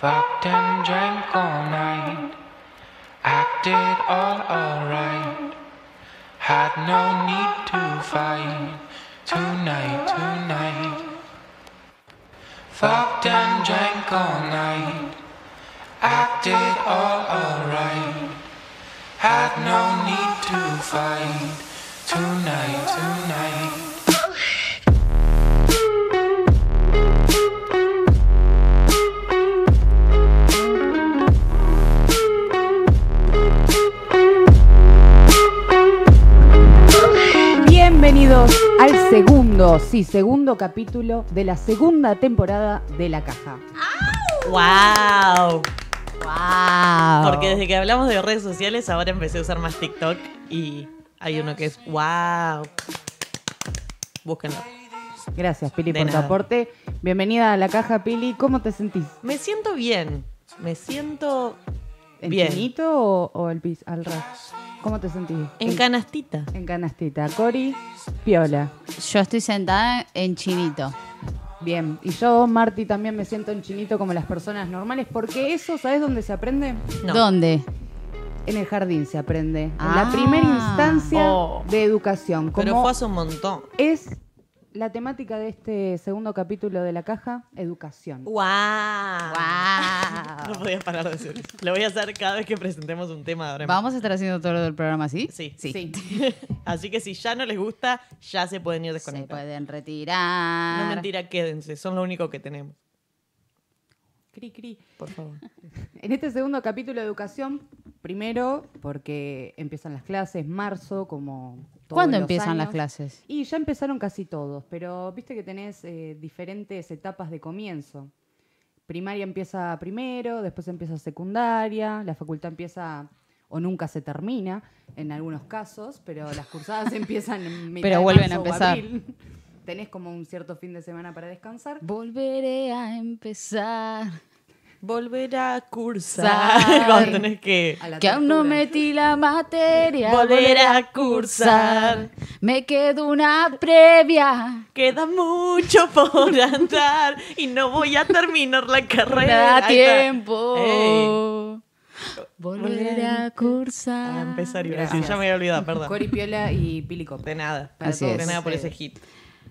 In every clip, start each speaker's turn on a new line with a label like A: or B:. A: Fucked and drank all night. Acted all alright. Had no need to fight. Tonight, tonight. Fucked and drank all night. Acted all alright. Had no need to fight. Tonight, tonight.
B: Bienvenidos al segundo, sí, segundo capítulo de la segunda temporada de La Caja.
C: ¡Wow!
D: Wow.
B: Ah.
C: Porque desde que hablamos de redes sociales, ahora empecé a usar más TikTok y hay uno que es ¡Wow! Búsquenlo.
B: Gracias, Pili,
C: De
B: por tu
C: nada.
B: aporte. Bienvenida a La Caja, Pili. ¿Cómo te sentís?
C: Me siento bien. Me siento
B: ¿En
C: Bien.
B: chinito o, o el pis, al ras? ¿Cómo te sentís?
C: en canastita.
B: En canastita. Cori, piola.
D: Yo estoy sentada en chinito.
B: Bien. Y yo, Marti, también me siento en chinito como las personas normales, porque eso, ¿sabes dónde se aprende?
C: No.
D: ¿Dónde?
B: En el jardín se aprende. En
D: Ah.
B: la primera instancia
C: Oh.
B: de educación.
C: Pero
B: como
C: fue hace un montón.
B: Es la temática de este segundo capítulo de la caja, educación.
C: ¡Wow! No
D: Wow.
C: podía parar de decirlo. Lo voy a hacer cada vez que presentemos un tema de ahora en-
D: Vamos a estar haciendo todo el programa así.
C: Sí.
B: Sí.
C: Así que si ya no les gusta, ya se pueden ir
D: Se
C: desconectados.
D: pueden retirar.
C: No mentira, quédense. Son lo único que tenemos.
B: Cri, cri.
C: Por favor.
B: En este segundo capítulo de educación, primero porque empiezan las clases, marzo, como... todos
D: ¿Cuándo
B: los
D: empiezan las
B: años.
D: clases?
B: Y ya empezaron casi todos, pero viste que tenés eh, diferentes etapas de comienzo. Primaria empieza primero, después empieza secundaria, la facultad empieza o nunca se termina en algunos casos, pero las cursadas empiezan en mitad
D: Pero
B: de
D: vuelven a
B: marzo o
D: empezar.
B: abril. Tenés como un cierto fin de semana para descansar.
D: Volveré a empezar.
C: Volver a cursar.
D: Sar.
C: Cuando tenés que.
B: A la
D: Que aún no
B: tortura.
D: metí la materia.
C: Volver a cursar.
D: Me quedo una previa.
C: Queda mucho por andar y no voy a terminar la
D: Me
C: carrera.
D: da
C: Ahí está.
D: tiempo.
C: Ey,
D: Volver a cursar.
C: a empezar y
B: Gracias.
C: ya me había olvidado, perdón.
B: Cori Piola y Pili Cop.
C: De nada.
B: Para
D: Así
B: todos
C: De nada por ese
B: ustedes.
C: hit.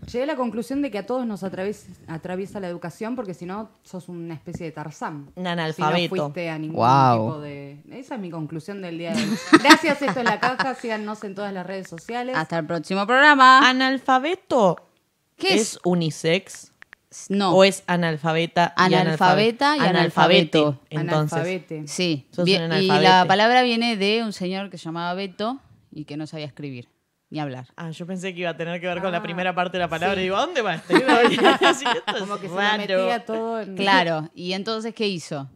B: Llegué a la conclusión de que a todos nos atraviesa, atraviesa la educación porque si no sos una especie de Tarzán.
C: Un analfabeto.
B: Si no fuiste a ningún
D: Guau.
B: tipo de... Esa es mi conclusión del día de hoy. Gracias, esto es La Caja. Síganos en todas las redes sociales.
D: Hasta el próximo
C: Ah,
D: programa.
C: Analfabeto.
D: Ah. ¿Qué es?
C: ¿Es unisex?
D: No.
C: ¿O es analfabeta? y
D: Analfabeta y
C: analfabe- analfabete,
D: analfabeto.
C: Entonces.
B: Analfabete.
D: Sí.
C: Sos
D: Bien,
C: un
D: y
C: analfabete.
D: la palabra viene de un señor que se llamaba Beto y que no sabía escribir ni hablar.
C: Ah, yo pensé que iba a tener que ver
D: Ah.
C: con la primera parte de la palabra. Y digo, ¿a dónde va este? Sí, esto es
B: Como que se lo
C: raro.
B: metía todo en...
D: Claro. ¿Y entonces qué hizo?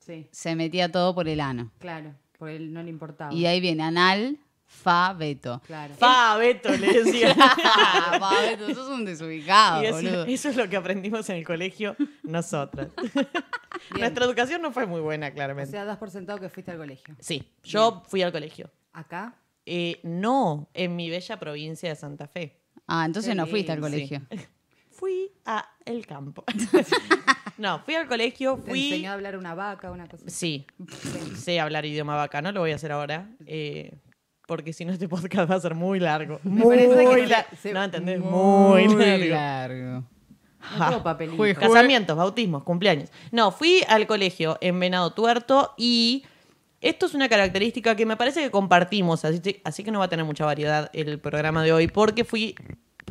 B: Sí,
D: Se metía todo por el ano.
B: claro. Porque él no le importaba.
D: Y de ahí viene analfabeto.
B: Claro.
C: Fa, Beto, le decía.
D: Analfabeto, sos un
B: Ah,
D: desubicado,
C: Y eso,
D: boludo.
C: eso es lo que aprendimos en el colegio nosotras. Nuestra educación no fue muy buena,
B: O
C: claramente.
B: sea, das por sentado que fuiste al colegio.
C: sí, yo fui al colegio.
B: Acá,
C: Eh, no, en mi bella provincia de Santa Fe.
D: Ah, entonces no fuiste al
C: Sí.
D: colegio.
C: Fui a el campo. no, fui al colegio,
B: te
C: fui...
B: enseñó a hablar una vaca, una cosa. así.
C: Sí, sé hablar idioma vaca, no lo voy a hacer ahora. eh, porque si no, este podcast va a ser muy largo. Muy
B: parece que se-
C: largo.
B: se-
C: No, ¿entendés? Muy, largo.
D: largo.
B: No tengo papelito.
D: Fui-
C: Casamientos, bautismos, cumpleaños. No, fui al colegio en Venado Tuerto y esto es una característica que me parece que compartimos, así, que- así que no va a tener mucha variedad el programa de hoy, porque fui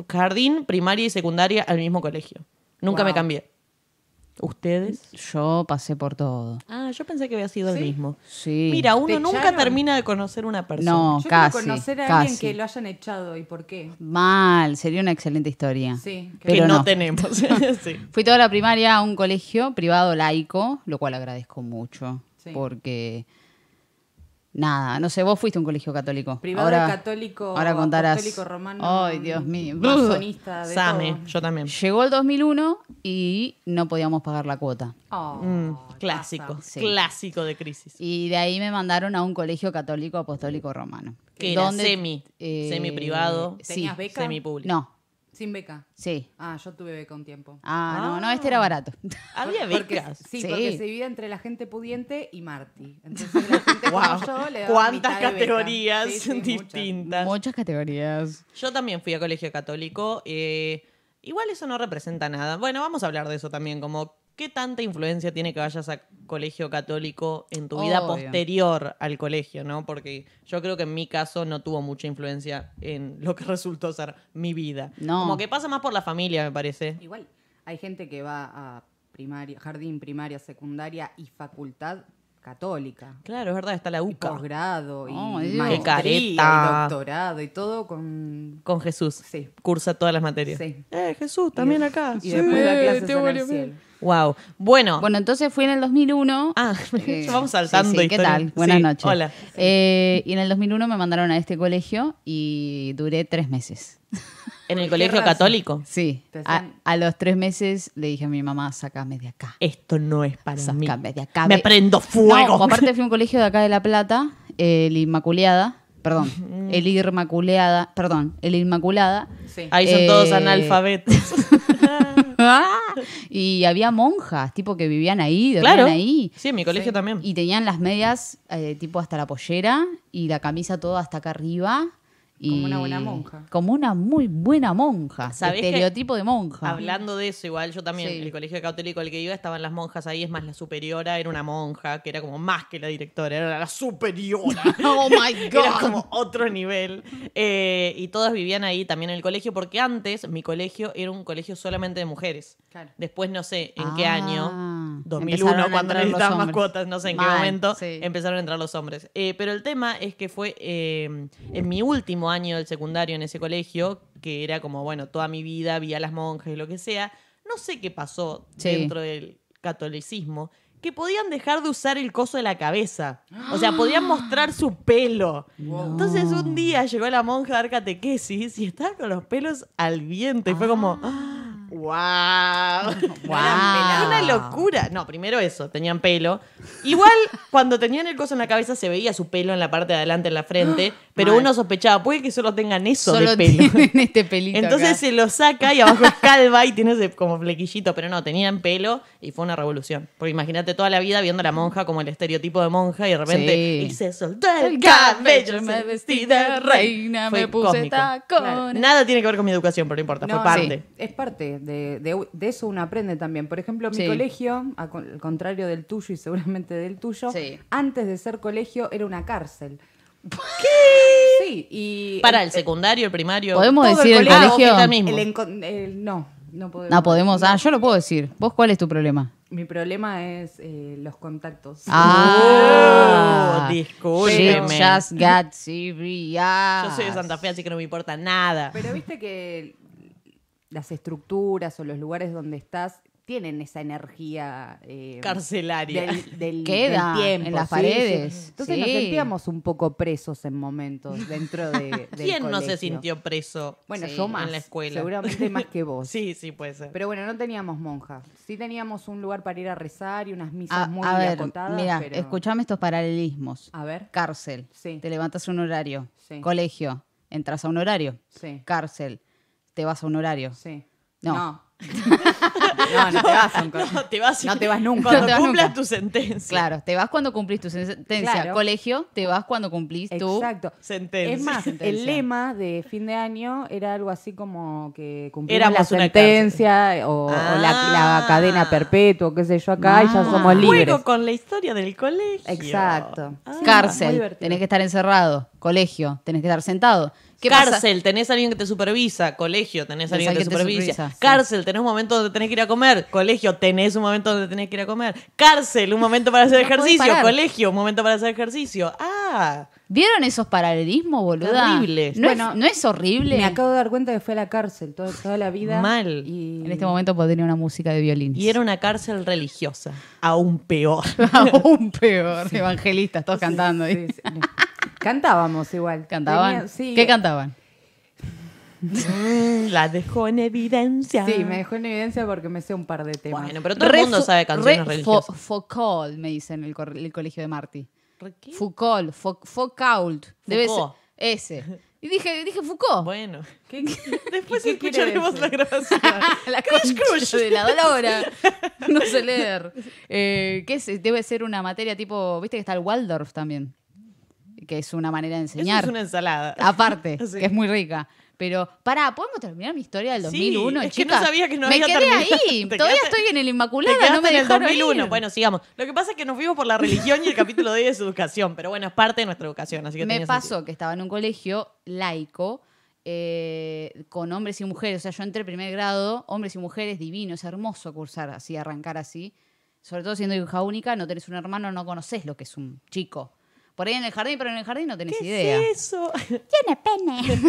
C: jardín, primaria y secundaria al mismo colegio. Nunca me
B: Wow.
C: cambié. ¿Ustedes?
D: Yo pasé por todo.
C: Ah, yo pensé que había sido el mismo.
D: Sí.
C: Mira, uno
B: ¿Te
C: nunca
B: echaron?
C: termina de conocer una persona.
D: No.
B: Yo
D: casi,
B: quiero conocer a alguien
D: casi.
B: que lo hayan echado y por qué.
D: Mal, sería una excelente historia.
B: Sí,
C: Que
D: Pero
C: no,
D: no.
C: tenemos. Sí.
D: Fui toda la primaria a un colegio privado laico, lo cual agradezco mucho.
B: Sí.
D: Porque. Nada, no sé, vos fuiste a un colegio católico.
B: Privado católico,
D: Ahora contarás.
B: católico romano. mm,
D: Ay, Dios mío.
B: Masonista Ah, de
C: Same,
B: todo.
C: yo también.
D: Llegó el 2001 y no podíamos pagar la cuota.
B: Oh,
C: Mm,
B: pasa.
C: clásico,
D: Sí.
C: clásico de crisis.
D: Y de ahí me mandaron a un colegio católico apostólico romano.
C: Que
D: eh,
C: era semi, semi privado.
D: sí.
B: ¿Tenías beca?
C: Semi público.
D: No,
B: Sin beca.
D: Sí.
B: Ah, yo tuve beca un tiempo.
D: Ah, no, no, este
C: Ah.
D: era barato.
C: Había
B: Porque,
C: becas.
B: sí,
D: Sí.
B: porque se divide entre la gente pudiente y Marty. Entonces la gente
C: Guau.
B: como yo le daban
C: ¿Cuántas
B: mitad de beca.
C: categorías
B: Sí, sí, muchas.
C: distintas?
D: Muchas categorías.
C: Yo también fui a colegio católico. eh, igual eso no representa nada. Bueno, vamos a hablar de eso también, como qué tanta influencia tiene que vayas a colegio católico en tu vida
D: Obvio.
C: posterior al colegio, ¿no? Porque yo creo que en mi caso no tuvo mucha influencia en lo que resultó ser mi vida.
D: No.
C: Como que pasa más por la familia, me parece.
B: Igual, hay gente que va a primaria, jardín, primaria, secundaria y facultad católica.
C: Claro, es verdad, está la
B: Y
C: UCA.
B: posgrado, y
D: Ay, Dios.
B: maestría,
D: Qué
C: careta.
B: y doctorado, y todo con...
C: Con Jesús.
B: Sí.
C: Cursa todas las materias.
B: Sí.
C: Eh, Jesús, también
B: y-
C: acá.
B: Y después la clase
D: te
B: en
D: volvió
B: el cielo.
C: Wow. Bueno,
D: Bueno, entonces fui en el 2001.
C: Ah,
D: Eh,
C: vamos saltando.
D: sí, sí, ¿Qué
C: historia.
D: tal? Buenas
C: Sí,
D: noches.
C: Hola.
D: Eh, y en el 2001 me mandaron a este colegio y duré tres meses.
C: En el colegio
B: razón?
C: católico.
D: Sí.
B: Te
D: A,
B: hacían-
D: a los tres meses le dije a mi mamá, sacame de acá.
C: Esto no es para mí.
D: Sácame de acá,
C: Me
D: ve-
C: prendo
D: No,
C: fuego.
D: aparte fui a un colegio de acá de La Plata, el Inmaculada, perdón,
C: Mm.
D: el Inmaculada, perdón, el Inmaculada.
B: Sí.
C: Ahí son todos
D: Eh,
C: analfabetos.
D: y había monjas, tipo que vivían ahí, dormían
C: claro.
D: ahí.
C: Sí, en mi colegio también.
D: Y tenían las medias eh, tipo hasta la pollera y la camisa toda hasta acá arriba. y-
B: Como una buena monja.
D: Como una muy buena monja.
C: ¿Sabés
D: estereotipo de monja.
C: Hablando de eso, igual yo también,
D: Sí.
C: el colegio católico al que iba estaban las monjas ahí, es más, la superiora era una monja, que era como más que la directora, era la superiora.
D: Oh my God.
C: Era como otro nivel. Eh, y todas vivían ahí también en el colegio, porque antes mi colegio era un colegio solamente de mujeres.
B: Claro.
C: Después no sé en qué
D: Ah,
C: año,
D: empezaron
C: 2001,
D: a
C: cuando
D: entrar los
C: necesitaban más
D: hombres.
C: cuotas, no sé en qué
D: Mal,
C: momento,
D: sí.
C: empezaron a entrar los hombres. Eh, pero el tema es que fue eh, en mi último año del secundario en ese colegio, que era como, bueno, toda mi vida vi a las monjas y lo que sea, no sé qué pasó
D: Sí.
C: dentro del catolicismo, que podían dejar de usar el coso de la cabeza. O sea, podían mostrar su pelo. Entonces un día llegó la monja a dar catequesis y estaba con los pelos al viento y fue como... ¡Wow!
D: Guau.
C: Una locura. No, primero eso, tenían pelo. Igual, cuando tenían el coso en la cabeza, se veía su pelo en la parte de adelante, en la frente, pero
D: Mal.
C: uno sospechaba, puede que solo tengan eso de
D: Solo
C: pelo.
D: tienen este pelito.
C: Entonces
D: acá.
C: se lo saca y abajo es calva y tiene ese como flequillito, pero no, tenían pelo y fue una revolución. Porque imagínate toda la vida viendo a la monja como el estereotipo de monja y de repente
D: Sí.
C: y se soltó el
D: El
C: cabello,
D: cabello,
C: me
D: me
C: vestí
D: vestí
C: de reina,
D: de reina,
C: fue
D: me puse
C: cósmico.
D: tacones.
C: Claro. Nada tiene que ver con mi educación, pero no importa,
B: No,
C: fue parte.
B: sí, es parte. De, de- de eso uno aprende también. Por ejemplo, mi
D: Sí.
B: colegio, a co- al contrario del tuyo y seguramente del tuyo,
D: Sí.
B: antes de ser colegio era una cárcel. ¿Qué? Sí, y.
C: Para el secundario, el primario.
D: ¿Podemos
B: todo
D: decir el
B: colegio-
D: colegio?
C: Ah, ok, también.
B: el
C: mismo.
B: encon- el- no, no podemos.
D: No podemos. Ah, yo lo puedo decir. ¿Vos cuál es tu problema?
B: Mi problema es eh, los contactos.
D: Ah,
C: Oh, Uh, discúlpeme.
D: She just got serious.
C: Yo soy de Santa Fe, así que no me importa nada.
B: Pero viste que las estructuras o los lugares donde estás tienen esa energía eh,
C: Carcelaria.
B: del, del-
D: Queda
B: del tiempo
D: en las
B: sí,
D: paredes.
B: sí. Entonces nos
D: Sí.
B: sentíamos un poco presos en momentos dentro de. del
C: ¿Quién no se
B: colegio.
C: sintió preso?
B: Bueno,
D: Sí,
B: yo más.
C: en la escuela?
B: Seguramente más que vos.
C: Sí, sí, puede ser.
B: Pero bueno, no teníamos monja. Sí teníamos un lugar para ir a rezar y unas misas
D: A,
B: muy
D: Ah, a ver,
B: acotadas.
D: mira,
B: pero-
D: escuchame estos paralelismos.
B: A ver.
D: Cárcel.
B: Sí.
D: Te levantas a un horario.
B: Sí.
D: Colegio. Entras a un horario.
B: Sí.
D: Cárcel. Te vas a un horario.
B: Sí.
D: No.
B: No, no, no te vas a un colegio.
C: No te vas,
B: No te vas nunca.
C: Cuando
D: No te vas
C: cumplas
D: nunca.
C: tu sentencia.
D: Claro, te vas cuando cumplís tu sentencia.
B: Claro.
D: Colegio, te vas cuando cumplís tu.
B: Exacto.
C: sentencia.
B: Es más, el
D: Sentencia.
B: lema de fin de año era algo así como que cumplimos
C: Éramos
B: la
C: una
B: sentencia o, o la,
C: Ah.
B: la cadena perpetua, qué sé yo, acá y ya
D: Ah.
B: somos libres.
C: Juego con la historia del colegio.
B: Exacto.
C: Ah.
B: Sí, muy
D: Cárcel,
B: divertido.
D: tenés que estar encerrado. Colegio, tenés que estar sentado. ¿Qué pasa?
C: Cárcel, tenés alguien que te supervisa. Colegio, tenés
D: Tenés
C: alguien que te
D: alguien que te
C: supervisa.
D: supervisa, sí.
C: Cárcel, tenés un momento donde tenés que ir a comer. Colegio, tenés un momento donde tenés que ir a comer. Cárcel, un momento para hacer
D: No podés
C: ejercicio.
D: parar.
C: Colegio, un momento para hacer ejercicio. Ah,
D: ¿Vieron esos paralelismos, boluda?
C: Terribles.
D: No,
B: Bueno,
D: es, no es horrible.
B: Me acabo de dar cuenta que fue a la cárcel toda, toda la vida.
C: Mal.
B: Y...
D: En este momento podría una música de violín.
C: y era una cárcel religiosa. Aún peor.
D: aún peor. Evangelistas, todos cantando. ahí.
B: Sí, sí, no. Cantábamos igual.
D: ¿Cantaban?
B: Tenía- sí,
D: ¿Qué cantaban?
C: Mm, La dejó en evidencia.
B: Sí, me dejó en evidencia porque me sé un par de temas.
C: Bueno, pero todo el mundo
D: Re-
C: sabe canciones
D: re-
C: religiosas.
D: fo- Foucault, me dicen en el, cor- el colegio de Marty.
C: ¿Re qué?
D: Foucault, fo- Foucault. Debe ser-
C: Foucault.
D: ese. Y dije, dije Foucault.
C: Bueno.
B: ¿Qué-
C: Después
B: qué quiere
C: escucharemos
B: decir?
C: la grabación.
D: Ah, la
C: Crush,
D: concha
C: crush.
D: de la dolora. No sé leer. Eh, ¿Qué es? Debe ser una materia tipo. Viste que está el Waldorf también. Que es una manera de
C: Eso
D: enseñar.
C: es una ensalada.
D: Aparte,
C: Sí.
D: que es muy rica. Pero, pará, ¿podemos terminar mi historia del
C: Sí,
D: 2001,
C: es que
D: chicas?
C: no sabía que no
D: Me
C: había
D: quedé
C: terminado.
D: ahí.
C: Te
D: Todavía
C: quedaste-
D: estoy en el
C: Te
D: Inmaculada,
C: quedaste
D: no me
C: en el
D: dejaron
C: 2001.
D: ir.
C: Bueno, sigamos. Lo que pasa es que nos fuimos por la religión y el capítulo de hoy es educación. Pero bueno, es parte de nuestra educación. Así que
D: me
C: tenía
D: pasó
C: sentido.
D: que estaba en un colegio laico eh, con hombres y mujeres. O sea, yo entré primer grado, hombres y mujeres, divino, es hermoso cursar así, arrancar así. Sobre todo siendo hija única, no tenés un hermano, no conocés lo que es un chico. Por ahí en el jardín, pero en el jardín no tenés
C: ¿Qué
D: idea.
C: es eso?
D: Tiene pene.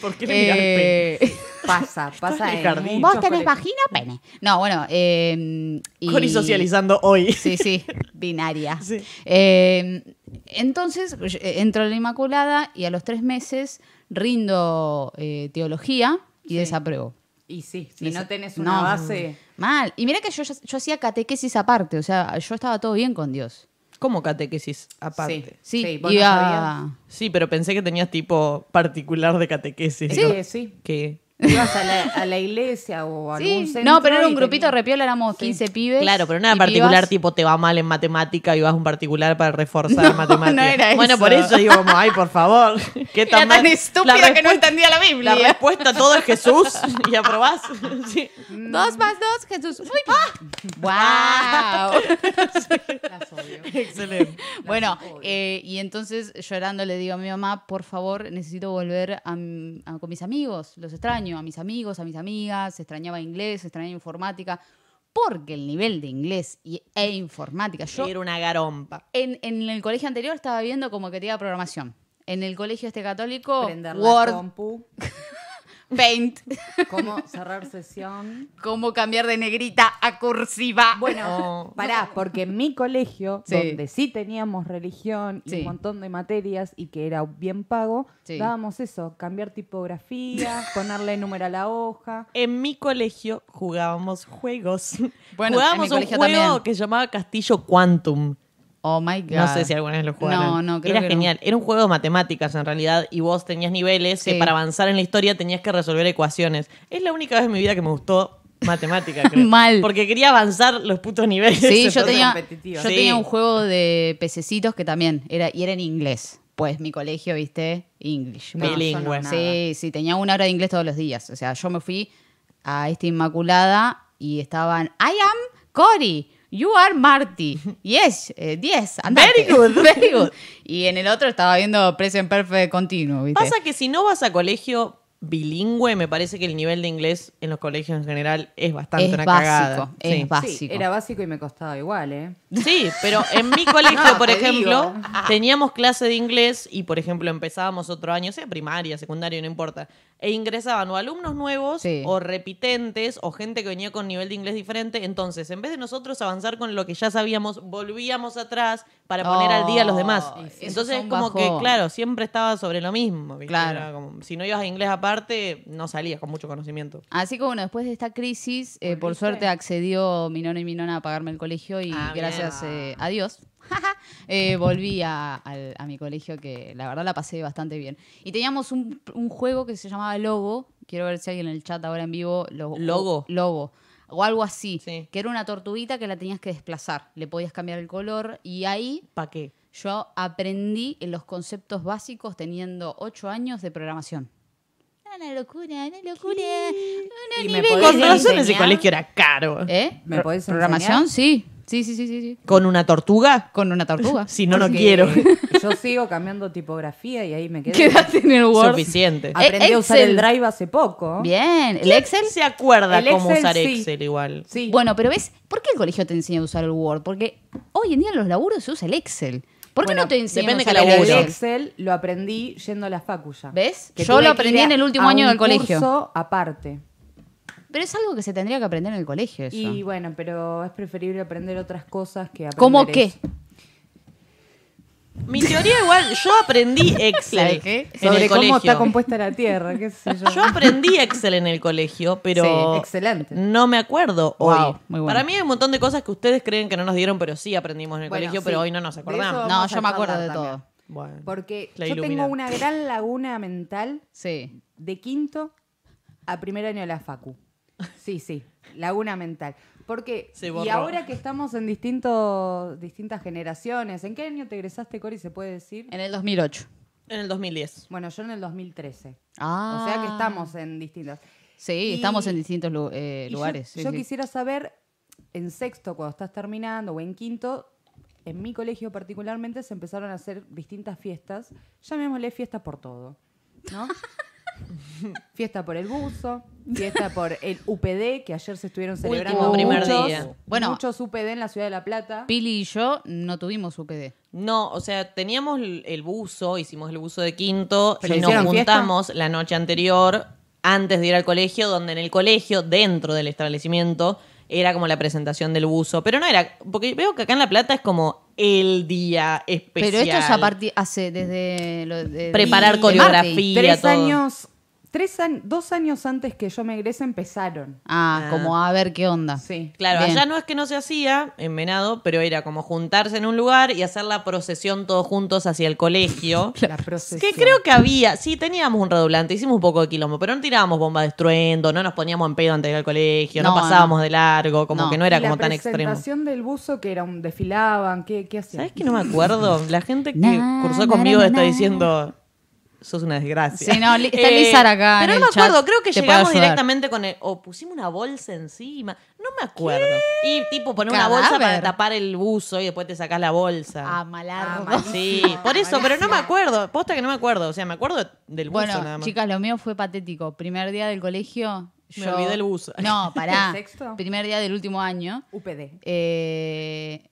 C: ¿Por qué le mirás el
D: Eh,
C: pene?
B: Pasa, pasa
C: en el
B: en muchos
C: jardín.
D: ¿Vos tenés
B: colegios.
D: vagina o pene? No, bueno. eh, y...
C: Cori socializando hoy.
D: Sí, sí, binaria.
C: Sí.
D: Eh, entonces, yo, eh, entro a la Inmaculada y a los tres meses rindo eh, teología y desapruebo.
B: Y sí, si
D: Desa-
B: no tenés una
D: No,
B: base.
D: Mal. Y mira que yo, yo, yo hacía catequesis aparte, o sea, yo estaba todo bien con Dios.
C: ¿Cómo catequesis aparte?
D: Sí,
B: Sí, vos no
D: iba-
B: sabías.
C: Sí. pero pensé que tenías tipo particular de
B: es
C: catequesis.
D: Sí.
B: que eh, sí.
C: Que
B: Ibas a la, a la iglesia o a algún
D: Sí.
B: centro.
D: No, pero era
B: y
D: un grupito
B: tenías-
D: repiola, éramos
B: Sí.
D: 15 pibes.
C: Claro, pero nada
D: y
C: particular,
D: pibas.
C: tipo te va mal en matemática y vas a un particular para reforzar matemática.
D: no era
C: bueno,
D: eso.
C: por eso digo, como, ay, por favor. ¿qué
D: Era
C: mal?
D: tan estúpida que no
C: respuesta-
D: entendía la
C: La
D: Biblia.
C: respuesta a todo es Jesús y aprobás. Sí.
D: Dos más dos, Jesús. Muy bien. ¡Wow!
B: Las odio.
C: Excelente.
D: Bueno,
B: obvio.
D: eh, y entonces llorando le digo a mi mamá, por favor, necesito volver a, m- a- con mis amigos, los extraño, a mis amigos, a mis amigas, extrañaba inglés, extrañaba informática, porque el nivel de inglés y, e informática, yo
C: Era una garompa.
D: en, en el colegio anterior estaba viendo como que tenía programación. En el colegio este católico,
B: Prender
D: Word,
B: la compu.
D: Paint,
B: Cómo cerrar sesión.
D: cómo cambiar de negrita a cursiva.
B: Bueno,
C: Oh.
B: pará, porque en mi colegio,
D: Sí.
B: donde sí teníamos religión y
D: Sí.
B: un montón de materias y que era bien pago,
D: Sí.
B: dábamos eso, cambiar tipografía, ponerle número a la hoja.
C: En mi colegio jugábamos juegos.
D: Bueno,
C: jugábamos un
D: en mi colegio
C: juego
D: también.
C: que se llamaba Castillo Quantum.
D: Oh my God.
C: No sé si alguna vez lo jugaron.
D: No, no, creo
C: Era
D: que no.
C: genial. Era un juego de matemáticas en realidad y vos tenías niveles
D: Sí.
C: que para avanzar en la historia tenías que resolver ecuaciones. Es la única vez en mi vida que me gustó matemática, creo.
D: Mal.
C: Porque quería avanzar los putos niveles.
D: Sí, yo
C: Entonces-
D: tenía,
B: competitiva.
D: yo
C: Sí.
D: tenía un juego de pececitos que también era, y era en inglés. Pues mi colegio, viste, English.
B: No, yo no,
C: Bilingüe.
B: nada.
D: sí, sí, tenía una hora de inglés todos los días. O sea, yo me fui a esta Inmaculada y estaban, I am Cory, you are Marty, yes, eh, yes, andate".
C: Very good.
D: very good. Y en el otro estaba viendo Present Perfect continuo, viste.
C: Pasa que si no vas a colegio bilingüe, me parece que el nivel de inglés en los colegios en general es bastante
D: Es
C: una
D: básico,
C: cagada.
D: es
C: sí.
D: Básico.
B: Sí, era básico y me costaba igual, ¿eh?
C: Sí, pero en mi colegio,
B: No,
C: por
B: te
C: ejemplo,
B: digo. Ah.
C: teníamos clase de inglés y, por ejemplo, empezábamos otro año, sea primaria, secundaria, no importa, e ingresaban o alumnos nuevos
D: Sí.
C: o repitentes o gente que venía con nivel de inglés diferente. Entonces, en vez de nosotros avanzar con lo que ya sabíamos, volvíamos atrás para poner al día a los demás.
D: Oh, eso
C: Entonces,
D: es
C: es
D: un
C: como
D: bajón.
C: que, claro, siempre estaba sobre lo mismo. ¿viste?
D: Claro.
C: Era como, si no ibas a inglés aparte, no salías con mucho conocimiento.
D: Así que bueno, después de esta crisis, eh, por
B: ¿Volviste?
D: suerte accedió mi nono y mi nona a pagarme el colegio y
C: Ah, bien.
D: gracias eh, a Dios eh, volví a, al- a mi colegio que la verdad la pasé bastante bien. Y teníamos un, un juego que se llamaba Logo, quiero ver si alguien en el chat ahora en vivo lo...
C: Logo.
D: Logo. O algo así,
C: Sí.
D: que era una tortuguita que la tenías que desplazar, le podías cambiar el color y ahí
C: ¿Para qué?
D: yo aprendí los conceptos básicos teniendo ocho años de programación. Una locura, una locura. Una
B: Y me
D: nivel
B: podés
C: Con
D: de-
C: razón ese
B: enseñar?
C: colegio era caro.
D: ¿Eh?
B: ¿Me
D: Pro-
B: podés
D: ¿Programación?
B: enseñar?
D: Sí. sí. Sí, sí, sí, sí.
C: ¿Con una tortuga?
D: Con una tortuga.
C: Si no, no
B: Porque
C: quiero.
B: Eh, Yo sigo cambiando tipografía y ahí me quedé.
D: Quédate en el Word.
C: Suficiente.
D: Ah,
B: Aprendí a usar el
D: Excel.
B: Drive hace poco.
D: Bien. ¿El Excel?
C: se acuerda
B: El
C: cómo
B: Excel,
C: usar
B: sí.
C: Excel igual.
B: Sí.
D: Bueno, pero ¿ves? ¿Por qué el colegio te enseña a usar el Word? Porque hoy en día en los laburos se usa el Excel. ¿Por qué
B: Bueno,
D: no te enseñan a
C: depende
D: usar
C: que
D: el
B: Pero el
C: laburo.
D: Excel?
B: Excel lo aprendí yendo a la facu ya.
D: ¿Ves?
B: Que
D: Yo
B: tuve que
D: lo
B: ir
D: aprendí en el último
B: a
D: año
B: un
D: del colegio.
B: curso aparte.
D: Pero es algo que se tendría que aprender en el colegio eso.
B: Y bueno, pero es preferible aprender otras cosas que aprender
D: ¿Cómo qué?
B: eso.
C: Mi teoría igual, yo aprendí
D: ¿La
C: Excel
D: de qué?
C: en
B: Sobre
C: el
B: cómo
C: colegio.
B: está compuesta la Tierra, qué sé yo.
C: Yo aprendí Excel en el colegio, pero
B: Sí, excelente.
C: no me acuerdo hoy.
D: Wow, muy bueno.
C: Para mí hay un montón de cosas que ustedes creen que no nos dieron, pero sí aprendimos en el
B: Bueno,
C: colegio,
B: sí.
C: pero hoy no nos
B: De
C: acordamos.
B: eso-
D: No,
B: vamos
D: yo
B: a
D: me acuerdo de
B: charlar
D: todo.
B: también.
C: Bueno.
B: Porque
C: La
B: yo
C: Illuminati.
B: tengo una gran laguna mental
D: Sí.
B: de quinto a primer año de la facu. Sí, sí, laguna mental. Porque,
C: Se
B: y
C: borró.
B: ahora que estamos en distintos, distintas generaciones, ¿en qué año te egresaste, Cori, se puede decir?
D: En el 2008.
C: En el 2010.
B: Bueno, yo en el 2013.
D: Ah.
B: O sea que estamos en distintas.
D: Sí,
B: Y-
D: estamos en distintos lu- eh,
B: Y yo-
D: lugares.
B: Yo,
D: sí, sí.
B: quisiera saber, en sexto, cuando estás terminando, o en quinto, en mi colegio particularmente se empezaron a hacer distintas fiestas. Llamémosle fiesta por todo, ¿no? fiesta por el buzo, fiesta por el UPD, que ayer se estuvieron celebrando
C: primer
B: muchos,
C: día.
D: Bueno.
B: muchos UPD en la Ciudad de La Plata.
D: Pili y yo no tuvimos UPD.
C: No, o sea, teníamos el el buzo, hicimos el buzo de quinto,
B: ¿Pero
C: y nos
B: hicieron fiesta?
C: juntamos la noche anterior, antes de ir al colegio, donde en el colegio, dentro del establecimiento, era como la presentación del buzo. Pero no era, porque veo que acá en La Plata es como el día especial.
D: Pero esto es a partir, hace desde lo de-
C: Preparar
D: de Marti.
C: coreografía.
B: Tres
C: todo.
B: años, tres an- dos años antes que yo me egrese empezaron.
D: Ah, como a ver qué onda.
B: Sí.
C: Claro,
D: Bien.
C: allá no es que no se hacía en Venado, pero era como juntarse en un lugar y hacer la procesión todos juntos hacia el colegio.
B: La procesión.
C: Que creo que había, sí, teníamos un redoblante, hicimos un poco de quilombo, pero no tirábamos bombas de estruendo, no nos poníamos en pedo antes de ir al colegio, no,
D: No,
C: pasábamos de largo, como
D: No.
C: que no era
B: Y la
C: como tan extremo.
B: presentación del buzo que era un desfilaban, ¿qué, qué hacían?
C: ¿Sabes que no me acuerdo? La gente que
D: Na,
C: cursó
D: na,
C: conmigo
D: na,
C: está
D: na.
C: diciendo, sos una desgracia. Eh,
D: Sí, no, li- está Lizar acá
C: Pero
D: en
C: no
D: el
C: me acuerdo,
D: chat,
C: creo que
D: te puede
C: llegamos
D: ayudar.
C: directamente con el, o pusimos una bolsa encima, no me acuerdo. Y tipo poner una bolsa para
D: Cadáver.
C: tapar el buzo y después te sacás la bolsa.
D: A malardo.
B: Ah,
C: Sí,
B: Malísimo,
C: por eso, pero no me
B: malísimo.
C: acuerdo. Posta que no me acuerdo. O sea, me acuerdo del buzo nada
D: bueno,
C: más.
D: chicas, lo mío fue patético. Primer día del colegio.
C: Me
D: yo-
C: olvidé el buzo.
D: No, pará.
B: ¿Sexto?
D: Primer día del último año.
B: UPD.
D: Eh,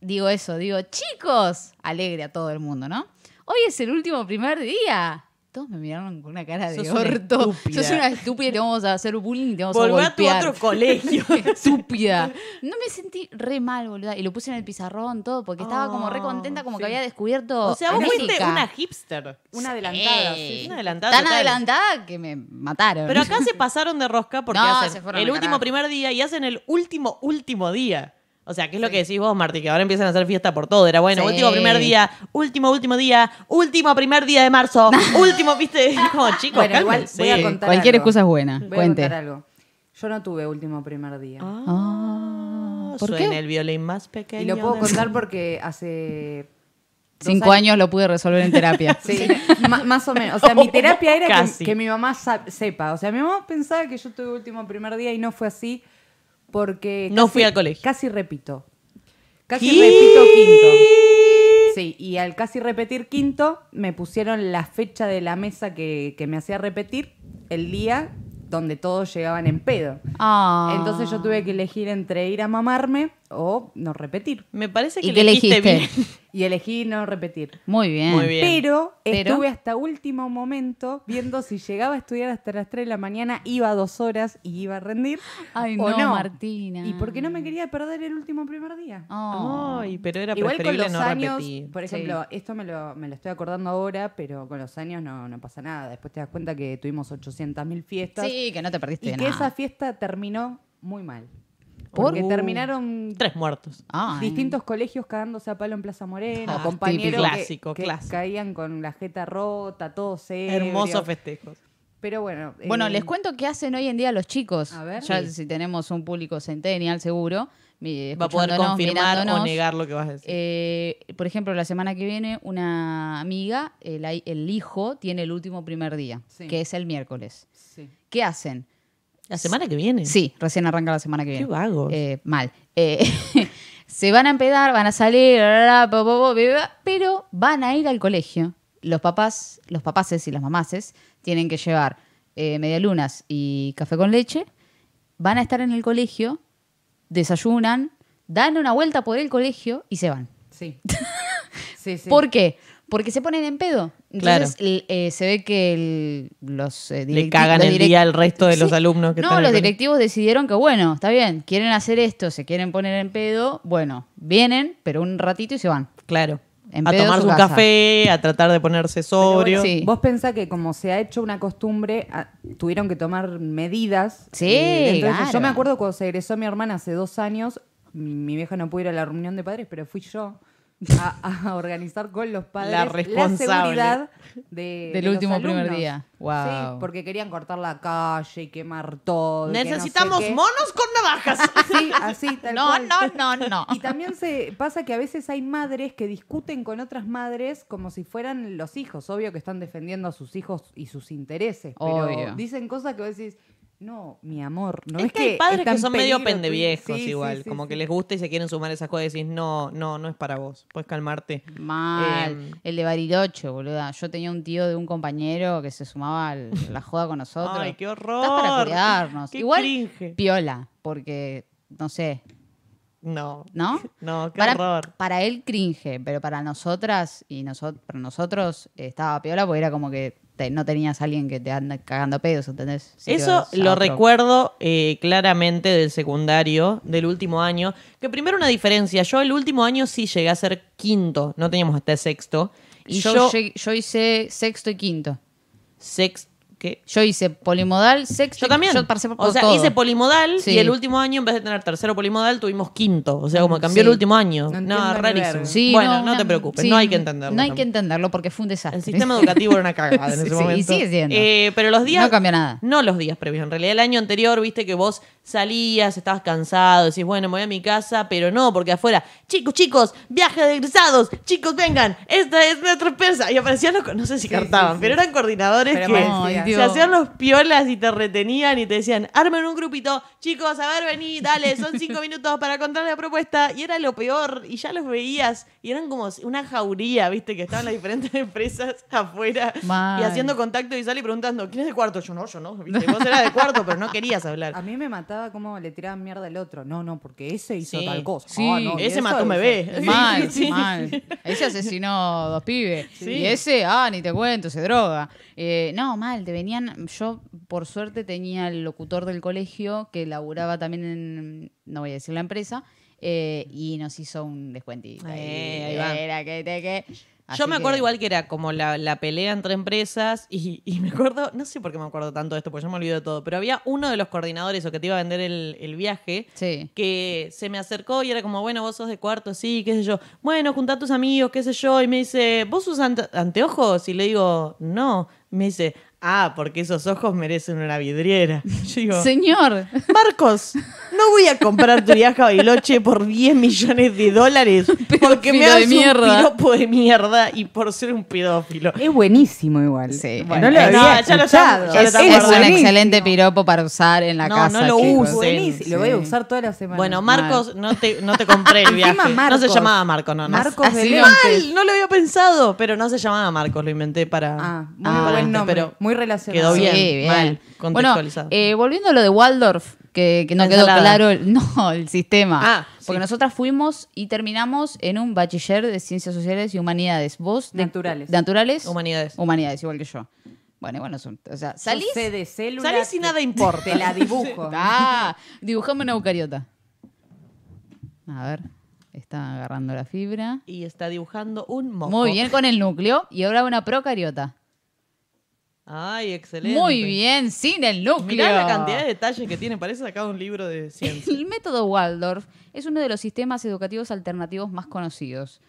D: digo eso, digo, chicos, alegre a todo el mundo, ¿no? Hoy es el último primer día. Todos me miraron con una cara de
C: Sos una
D: orto.
C: estúpida.
D: Sos una estúpida y te vamos a hacer bullying y te vamos
C: Volvé
D: a
C: a tu
D: golpear.
C: otro colegio.
D: estúpida. No me sentí re mal, boluda. Y lo puse en el pizarrón todo porque estaba como re
C: Ah,
D: contenta, como
C: sí.
D: que había descubierto.
C: o sea, vos fuiste
D: música.
C: una hipster.
B: Una adelantada, sí.
C: Es
D: Sí.
C: una adelantada
D: Tan
C: total.
D: adelantada que me mataron.
C: Pero acá se pasaron de rosca porque
D: No, se
C: hacen
D: fueron
C: el
D: al
C: último
D: carajo.
C: primer día y hacen el último último día. O sea, que es lo que decís vos, Marti, que ahora empiezan a hacer fiesta por todo. Era bueno,
D: Sí.
C: último primer día, último último día, último primer día de marzo, último, viste, como chicos,
B: Bueno, igual
C: cálmense.
B: voy a contar-
D: Cualquier
B: algo.
D: excusa es buena.
B: Voy a
D: Ah, Cuente.
B: contar algo. Yo no tuve último primer día.
D: Ah, ¿Por
C: Suena
D: qué?
C: el violín más pequeño.
B: y lo puedo
C: del
B: contar porque hace... dos
D: Cinco años lo pude resolver en terapia.
B: Sí, ma- más o menos. O sea, mi terapia era
C: Casi.
B: que, que mi mamá sa- sepa. O sea, mi mamá pensaba que yo tuve último primer día y no fue así porque...
C: No fui al colegio.
B: Casi repito. Casi
C: ¿Qué?
B: repito quinto. Sí, y al casi repetir quinto, me pusieron la fecha de la mesa que, que me hacía repetir, el día donde todos llegaban en pedo.
D: Ah.
B: Entonces yo tuve que elegir entre ir a mamarme o no repetir.
C: Me parece que
D: ¿Y qué
C: elegiste
D: elegiste?
C: bien.
B: Y elegí no repetir.
D: Muy bien.
C: Muy bien.
B: Pero,
D: Pero-
B: estuve hasta último momento viendo si llegaba a estudiar hasta las 3 de la mañana, iba dos horas y iba a rendir.
D: Ay,
B: o
D: no, Martina.
B: Y porque no me quería perder el último primer día.
D: Oh.
C: Ay, pero era
B: Igual con
C: preferible
B: los
C: no
B: años,
C: repetir.
B: por ejemplo, esto me lo, me lo estoy acordando ahora, pero con los años no, no pasa nada. Después te das cuenta que tuvimos 800.000 fiestas
D: Sí, que no te perdiste
B: y
D: de
B: que
D: nada.
B: esa fiesta terminó muy mal.
D: ¿Por?
B: Porque
C: Uh.
B: terminaron
C: Tres muertos.
D: Ay, no.
B: distintos colegios cagándose a palo en Plaza Morena,
D: Ah,
B: compañeros
C: típico.
B: que-
C: Clásico,
B: que,
C: clásico.
B: caían con la jeta rota, todo ebrios.
C: Hermosos festejos.
B: Pero bueno. eh,
D: Bueno, les cuento qué hacen hoy en día los chicos.
B: A ver.
D: Ya
B: Sí.
D: si tenemos un público centennial seguro, mi-
C: Va a poder
D: escuchándonos,
C: confirmar o
D: mirándonos.
C: negar lo que vas a decir.
D: Eh, por ejemplo, la semana que viene, una amiga, el, ai- el hijo, tiene el último primer día,
B: Sí.
D: que es el miércoles.
B: sí.
D: ¿Qué hacen?
C: La semana que viene.
D: Sí, recién arranca la semana que
C: Qué
D: viene.
C: vagos.
D: Eh, mal. Eh, se van a empedar, van a salir, bla, bla, bla, bla, bla, bla, bla, pero van a ir al colegio. Los papás, los papaces y las mamaces tienen que llevar eh, medialunas y café con leche. Van a estar en el colegio, desayunan, dan una vuelta por el colegio y se van.
B: Sí. Sí, sí.
D: ¿Por qué? Porque se ponen en pedo. Entonces
C: Claro.
D: el- eh, se ve que el- los eh,
C: Le
D: directivos-
C: cagan
D: los
C: el
D: direc-
C: día al resto de los alumnos que
D: no,
C: están en
D: los
C: el colegio.
D: directivos decidieron que, bueno, está bien, quieren hacer esto, se quieren poner en pedo, bueno, vienen, pero un ratito y se van.
C: Claro.
D: En
C: a
D: pedo
C: tomarse
D: su
C: un
D: casa.
C: café, a tratar de ponerse sobrio.
D: sí.
B: Vos pensás que como se ha hecho una costumbre, a- tuvieron que tomar medidas. Eh,
D: Sí,
B: entonces,
D: claro.
B: Yo me acuerdo cuando se egresó mi hermana hace dos años, mi, mi vieja no pudo ir a la reunión de padres, pero fui yo. a, a organizar con los padres
C: La responsable.
B: seguridad de- de
D: Del
B: los
D: último primer
B: alumnos.
D: día.
B: Sí,
D: Wow.
B: porque querían cortar la calle y quemar todo. y que no sé
C: Necesitamos
B: qué.
C: monos con navajas.
B: Sí, así, tal
D: no,
B: cual.
D: no, no, no.
B: Y también se pasa que a veces hay madres que discuten con otras madres como si fueran los hijos. Obvio que están defendiendo a sus hijos y sus intereses, pero
D: Obvio.
B: dicen cosas que vos decís, no, mi amor, no
C: es,
B: es,
C: que, hay padres
B: está
C: que
B: en
C: son medio
B: peligro tu-
C: pendeviejos
B: Sí, sí,
C: igual,
B: sí,
C: como
B: sí.
C: que les gusta y se quieren sumar esas cosas y decís, no, no, no es para vos, puedes calmarte.
D: Mal.
C: Em.
D: el de Bariloche, boluda. Yo tenía un tío de un compañero que se sumaba a la joda con nosotros.
C: Ay, qué horror.
D: Estás para cuidarnos.
C: Qué
D: Igual
C: cringe.
D: piola, porque no sé,
C: No,
D: ¿no?
C: no, qué
D: para,
C: horror.
D: para él cringe, pero para nosotras y noso- para nosotros eh, estaba piola porque era como que te- no tenías a alguien que te anda cagando pedos, ¿entendés? Si
C: Eso
D: ibas a
C: lo
D: otro-
C: recuerdo eh, claramente del secundario, del último año. Que primero una diferencia, yo el último año sí llegué a ser quinto, no teníamos hasta sexto. Y
D: yo,
C: yo,
D: llegué- yo hice sexto y quinto.
C: sex- ¿qué?
D: Yo hice polimodal, sexto.
C: Yo
D: y-
C: también.
D: Yo pasé por
C: o sea,
D: todo.
C: hice polimodal
D: Sí.
C: y el último año, en vez de tener tercero polimodal, tuvimos quinto. O sea, como cambió
D: Sí.
C: el último año.
B: No
C: No,
B: entiendo ni verga.
C: rarísimo.
D: Sí,
C: bueno, no,
D: una-
C: te preocupes,
D: sí,
C: no hay que entenderlo.
D: No hay
C: tampoco.
D: que entenderlo porque fue un desastre.
C: El sistema educativo era una cagada en
D: Sí,
C: ese
D: sí, y
C: momento.
D: sigue siendo.
C: Eh, pero los días.
D: No cambia nada.
C: No los días previos. En realidad, el año anterior, viste que vos salías, estabas cansado, decís, bueno, me voy a mi casa, pero no, porque afuera, chicos, chicos, viaje de egresados, chicos, vengan, esta es nuestra persa. Y aparecían los. co- No sé si cartaban,
B: sí, sí.
C: pero eran coordinadores
B: Pero
C: que
B: aparecían.
C: se hacían los piolas y te retenían y te decían, armen un grupito, chicos, a ver, vení, dale, son cinco minutos para contar la propuesta. Y era lo peor, y ya los veías, y eran como una jauría, viste, que estaban las diferentes empresas afuera
D: Mal.
C: y haciendo contacto visual y preguntando, ¿quién es de cuarto? Yo no, yo no, viste, vos eras de cuarto, pero no querías
B: A
C: hablar.
B: mí me mataba como le tiraban mierda al otro. No, no, porque ese hizo
C: Sí.
B: tal cosa.
D: Sí,
B: Ah, no, y
C: Ese
B: eso
C: mató
B: hizo.
C: un bebé.
D: Mal,
C: Sí.
D: mal. Ese asesinó dos pibes.
C: Sí.
D: Y ese, ah, ni te cuento, se droga. Eh, no, mal, te venían. Yo, por suerte, tenía el locutor del colegio que laburaba también en. No voy a decir la empresa. eh, y nos hizo un descuentito. ahí.
C: Eh, ahí va.
D: Era que te que.
C: Yo
D: Ah, Así
C: me acuerdo
D: que-
C: igual que era como la, la pelea entre empresas y, y me acuerdo, no sé por qué me acuerdo tanto de esto, porque ya me olvido de todo, pero había uno de los coordinadores o que te iba a vender el, el viaje
D: Sí.
C: que se me acercó y era como, bueno, vos sos de cuarto, sí, qué sé yo. Bueno, juntá a tus amigos, qué sé yo. Y me dice, ¿vos usas ante- anteojos? Y le digo, no. Me dice, ah, porque esos ojos merecen una vidriera. Yo digo,
D: Señor.
C: Marcos, no voy a comprar tu viaje a Bariloche por 10 millones de dólares porque me
D: Pedófilo de
C: haces un
D: mierda.
C: piropo de mierda y por ser un pedófilo.
B: Es buenísimo igual.
D: Sí.
B: no lo
C: No,
B: había
C: ya lo
B: escuchado.
C: estamos- ya lo
D: Es,
C: estamos
D: es un
C: buenísimo.
D: excelente piropo para usar en la
C: No,
D: casa.
C: no lo
D: chicos.
C: usen.
B: Buenísimo. Lo voy a
D: Sí.
B: usar toda la semana.
C: Bueno, Marcos, no te, no te compré el
B: Encima
C: viaje. No se
B: Marcos.
C: llamaba Marcos, no, no.
B: Marcos
D: Así
B: de
D: no.
B: Leontes.
C: Mal, no lo había pensado, pero no se llamaba Marcos, lo inventé para.
B: Ah, muy
C: para
B: buen
C: esto,
B: nombre,
C: este, pero
B: muy relacionado.
C: Quedó bien,
D: Sí, bien.
C: mal,
D: Bueno,
C: contextualizado.
D: eh, volviendo a lo de Waldorf, que, que no
C: La
D: quedó
C: ensalada.
D: claro el, no, el sistema.
C: Ah,
D: Porque
C: sí.
D: nosotras fuimos y terminamos en un bachiller de Ciencias Sociales y Humanidades. Vos de-
B: Naturales.
D: Naturales.
C: Humanidades.
D: Humanidades, igual que yo. Bueno, bueno, son- o sea, salís.
B: Yo sé de células,
C: salís y nada
B: te-
C: importa.
B: Te la dibujo.
D: Ah, dibujame una eucariota. A ver, está agarrando la fibra.
C: Y está dibujando un moco.
D: Muy bien con el núcleo y ahora una procariota.
C: Ay, excelente.
D: Muy bien, sin el núcleo.
C: Mirá la cantidad de detalles que tiene, parece sacado un libro de ciencia.
D: El método Waldorf es uno de los sistemas educativos alternativos más conocidos.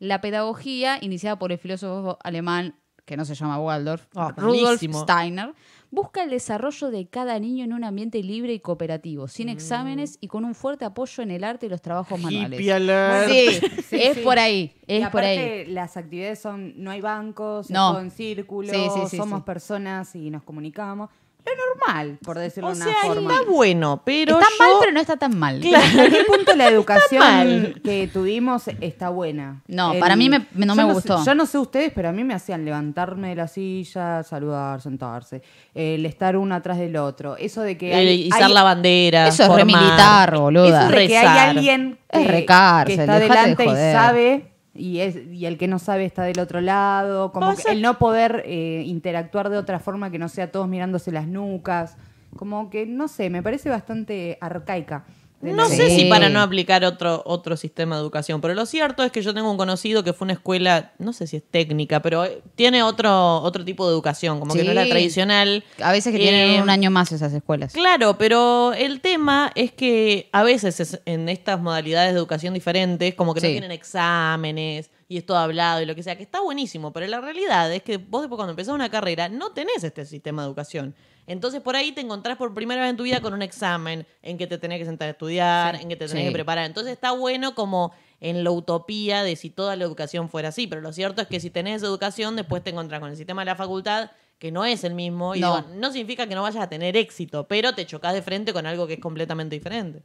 D: La pedagogía, iniciada por el filósofo alemán que no se llama Waldorf,
C: Ah,
D: Rudolf
C: buenísimo.
D: Steiner, busca el desarrollo de cada niño en un ambiente libre y cooperativo, sin exámenes y con un fuerte apoyo en el arte y los trabajos manuales.
C: Mm. Hippie alert.
D: Sí, es
B: sí.
D: por ahí,
B: Y
D: es por ahí.
B: aparte, las actividades son, no hay bancos, es
D: No.
B: todo en círculo,
D: Sí, sí, sí,
B: somos
D: sí.
B: personas y nos comunicamos. Lo normal, por decirlo
C: O
B: de
C: sea,
B: una forma.
C: está bueno, pero
D: está
C: yo...
D: mal, pero no está tan mal.
C: Claro.
B: ¿Hasta qué punto la educación
C: mal.
B: que tuvimos está buena?
D: No, para mí me- me- no
B: yo
D: me
B: sé-
D: gustó.
B: yo no sé ustedes, pero a mí me hacían levantarme de la silla, saludar, sentarse, el estar uno atrás del otro. Eso de que.
C: El
B: hay-
C: eh, izar
B: hay-
C: la bandera,
D: Eso es
C: formar.
D: remilitar, boluda.
B: Eso de que
C: Rezar.
B: hay alguien que,
D: Es recárcel,
B: que está
D: dejate de
B: delante y
D: joder.
B: sabe y, es, y el que no sabe está del otro lado, como
C: Pasa
B: que el no poder eh, interactuar de otra forma que no sea todos mirándose las nucas, como que no sé, me parece bastante arcaica.
D: de
C: No
D: la-
C: sé si
E: Sí.
C: para no aplicar otro, otro sistema de educación, pero lo cierto es que yo tengo un conocido que fue a una escuela, no sé si es técnica, pero eh, tiene otro, otro tipo de educación, como que no es la
D: Sí.
C: tradicional.
D: A veces que
C: Eh,
D: tienen un año más esas escuelas.
C: Claro, pero el tema es que a veces es- en estas modalidades de educación diferentes, como que no
D: Sí.
C: tienen exámenes y es todo hablado y lo que sea, que está buenísimo, pero la realidad es que vos después cuando empezás una carrera no tenés este sistema de educación. Entonces por ahí te encontrás por primera vez en tu vida con un examen en que te tenés que sentar a estudiar, en que te tenés
D: Sí.
C: que preparar. Entonces está bueno como en la utopía de si toda la educación fuera así, pero lo cierto es que si tenés educación después te encontrás con el sistema de la facultad que no es el mismo y
D: No.
C: digo, no significa que no vayas a tener éxito, pero te chocas de frente con algo que es completamente diferente.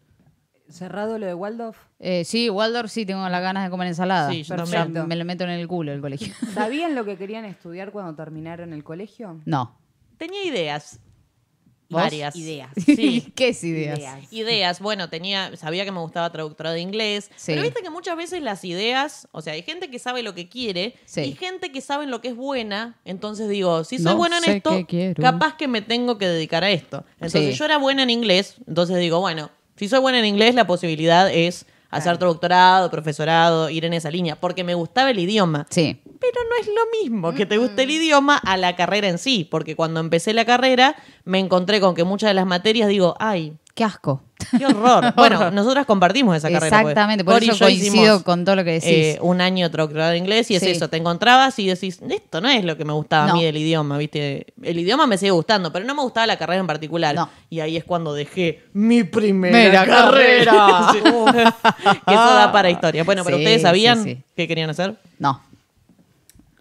B: Cerrado lo de Waldorf.
D: Eh, sí, Waldorf sí tengo las ganas de comer ensalada.
C: Sí, yo
D: Ya
B: también.
D: me lo meto en el culo el colegio.
B: ¿Sabían lo que querían estudiar cuando terminaron el colegio?
D: No.
C: Tenía ideas.
D: ¿Vos?
C: Varias.
B: Ideas.
C: Sí.
D: ¿Qué es ideas?
C: Ideas, bueno, tenía, sabía que me gustaba traductora de inglés,
D: Sí.
C: pero viste que muchas veces las ideas, o sea, hay gente que sabe lo que quiere
D: Sí.
C: y gente que sabe en lo que es buena, entonces digo, si soy
D: No
C: buena en
D: sé
C: esto,
D: qué quiero.
C: capaz que me tengo que dedicar a esto. Entonces
D: Sí.
C: yo era buena en inglés, entonces digo, bueno, si soy buena en inglés, la posibilidad es hacer traductorado, profesorado, ir en esa línea, porque me gustaba el idioma.
D: Sí.
C: Pero no es lo mismo que te guste el idioma a la carrera en sí, porque cuando empecé la carrera me encontré con que muchas de las materias digo, ay,
D: Qué asco.
C: qué horror. bueno, nosotras compartimos esa carrera. pues.
D: Exactamente, por
C: Cori y
D: eso
C: yo
D: coincido
C: hicimos,
D: con todo lo que decís.
C: eh, un año de traductorado de inglés y
D: Sí.
C: es eso, te encontrabas y decís, esto no es lo que me gustaba a mí
D: No.
C: del idioma, ¿viste? El idioma me sigue gustando, pero no me gustaba la carrera en particular.
D: No.
C: Y ahí es cuando dejé mi primera
D: Mira,
C: carrera. Sí. que eso da para historia. Bueno, pero
D: Ah. Sí,
C: ustedes sabían
D: sí, sí.
C: qué querían hacer.
D: No.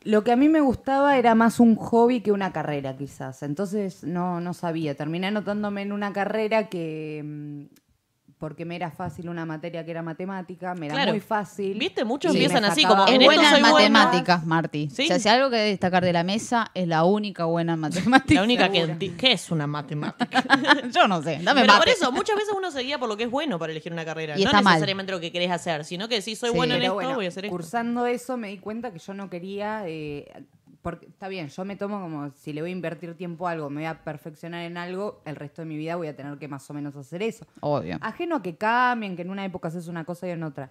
B: Lo que a mí me gustaba era más un hobby que una carrera, quizás. Entonces no, no sabía. Terminé anotándome en una carrera que. mm, Porque me era fácil una materia que era matemática, me era
C: Claro.
B: muy fácil.
C: Viste, muchos
B: Y me
C: empiezan así,
B: sacaba-
C: como,
D: Es
C: Ah, en esto
D: buena
C: soy
D: en
C: buena.
D: matemáticas, Marti.
C: Sí.
D: O sea, si algo que destacar de la mesa es la única buena en matemáticas.
C: La única que enti- ¿Qué es una matemática?
D: Yo no sé. Dame
C: Pero
D: mate.
C: por eso, muchas veces uno se guía por lo que es bueno para elegir una carrera.
D: Y
C: no
D: está mal.
C: necesariamente lo que querés hacer, sino que si soy
D: Sí.
C: bueno en
D: Pero
C: esto,
B: Pero bueno,
C: voy a hacer esto.
B: cursando eso me di cuenta que yo no quería. eh, porque, está bien, yo me tomo como si le voy a invertir tiempo a algo, me voy a perfeccionar en algo, el resto de mi vida voy a tener que más o menos hacer eso.
D: Obvio.
B: Ajeno a que cambien, que en una época haces una cosa y en otra.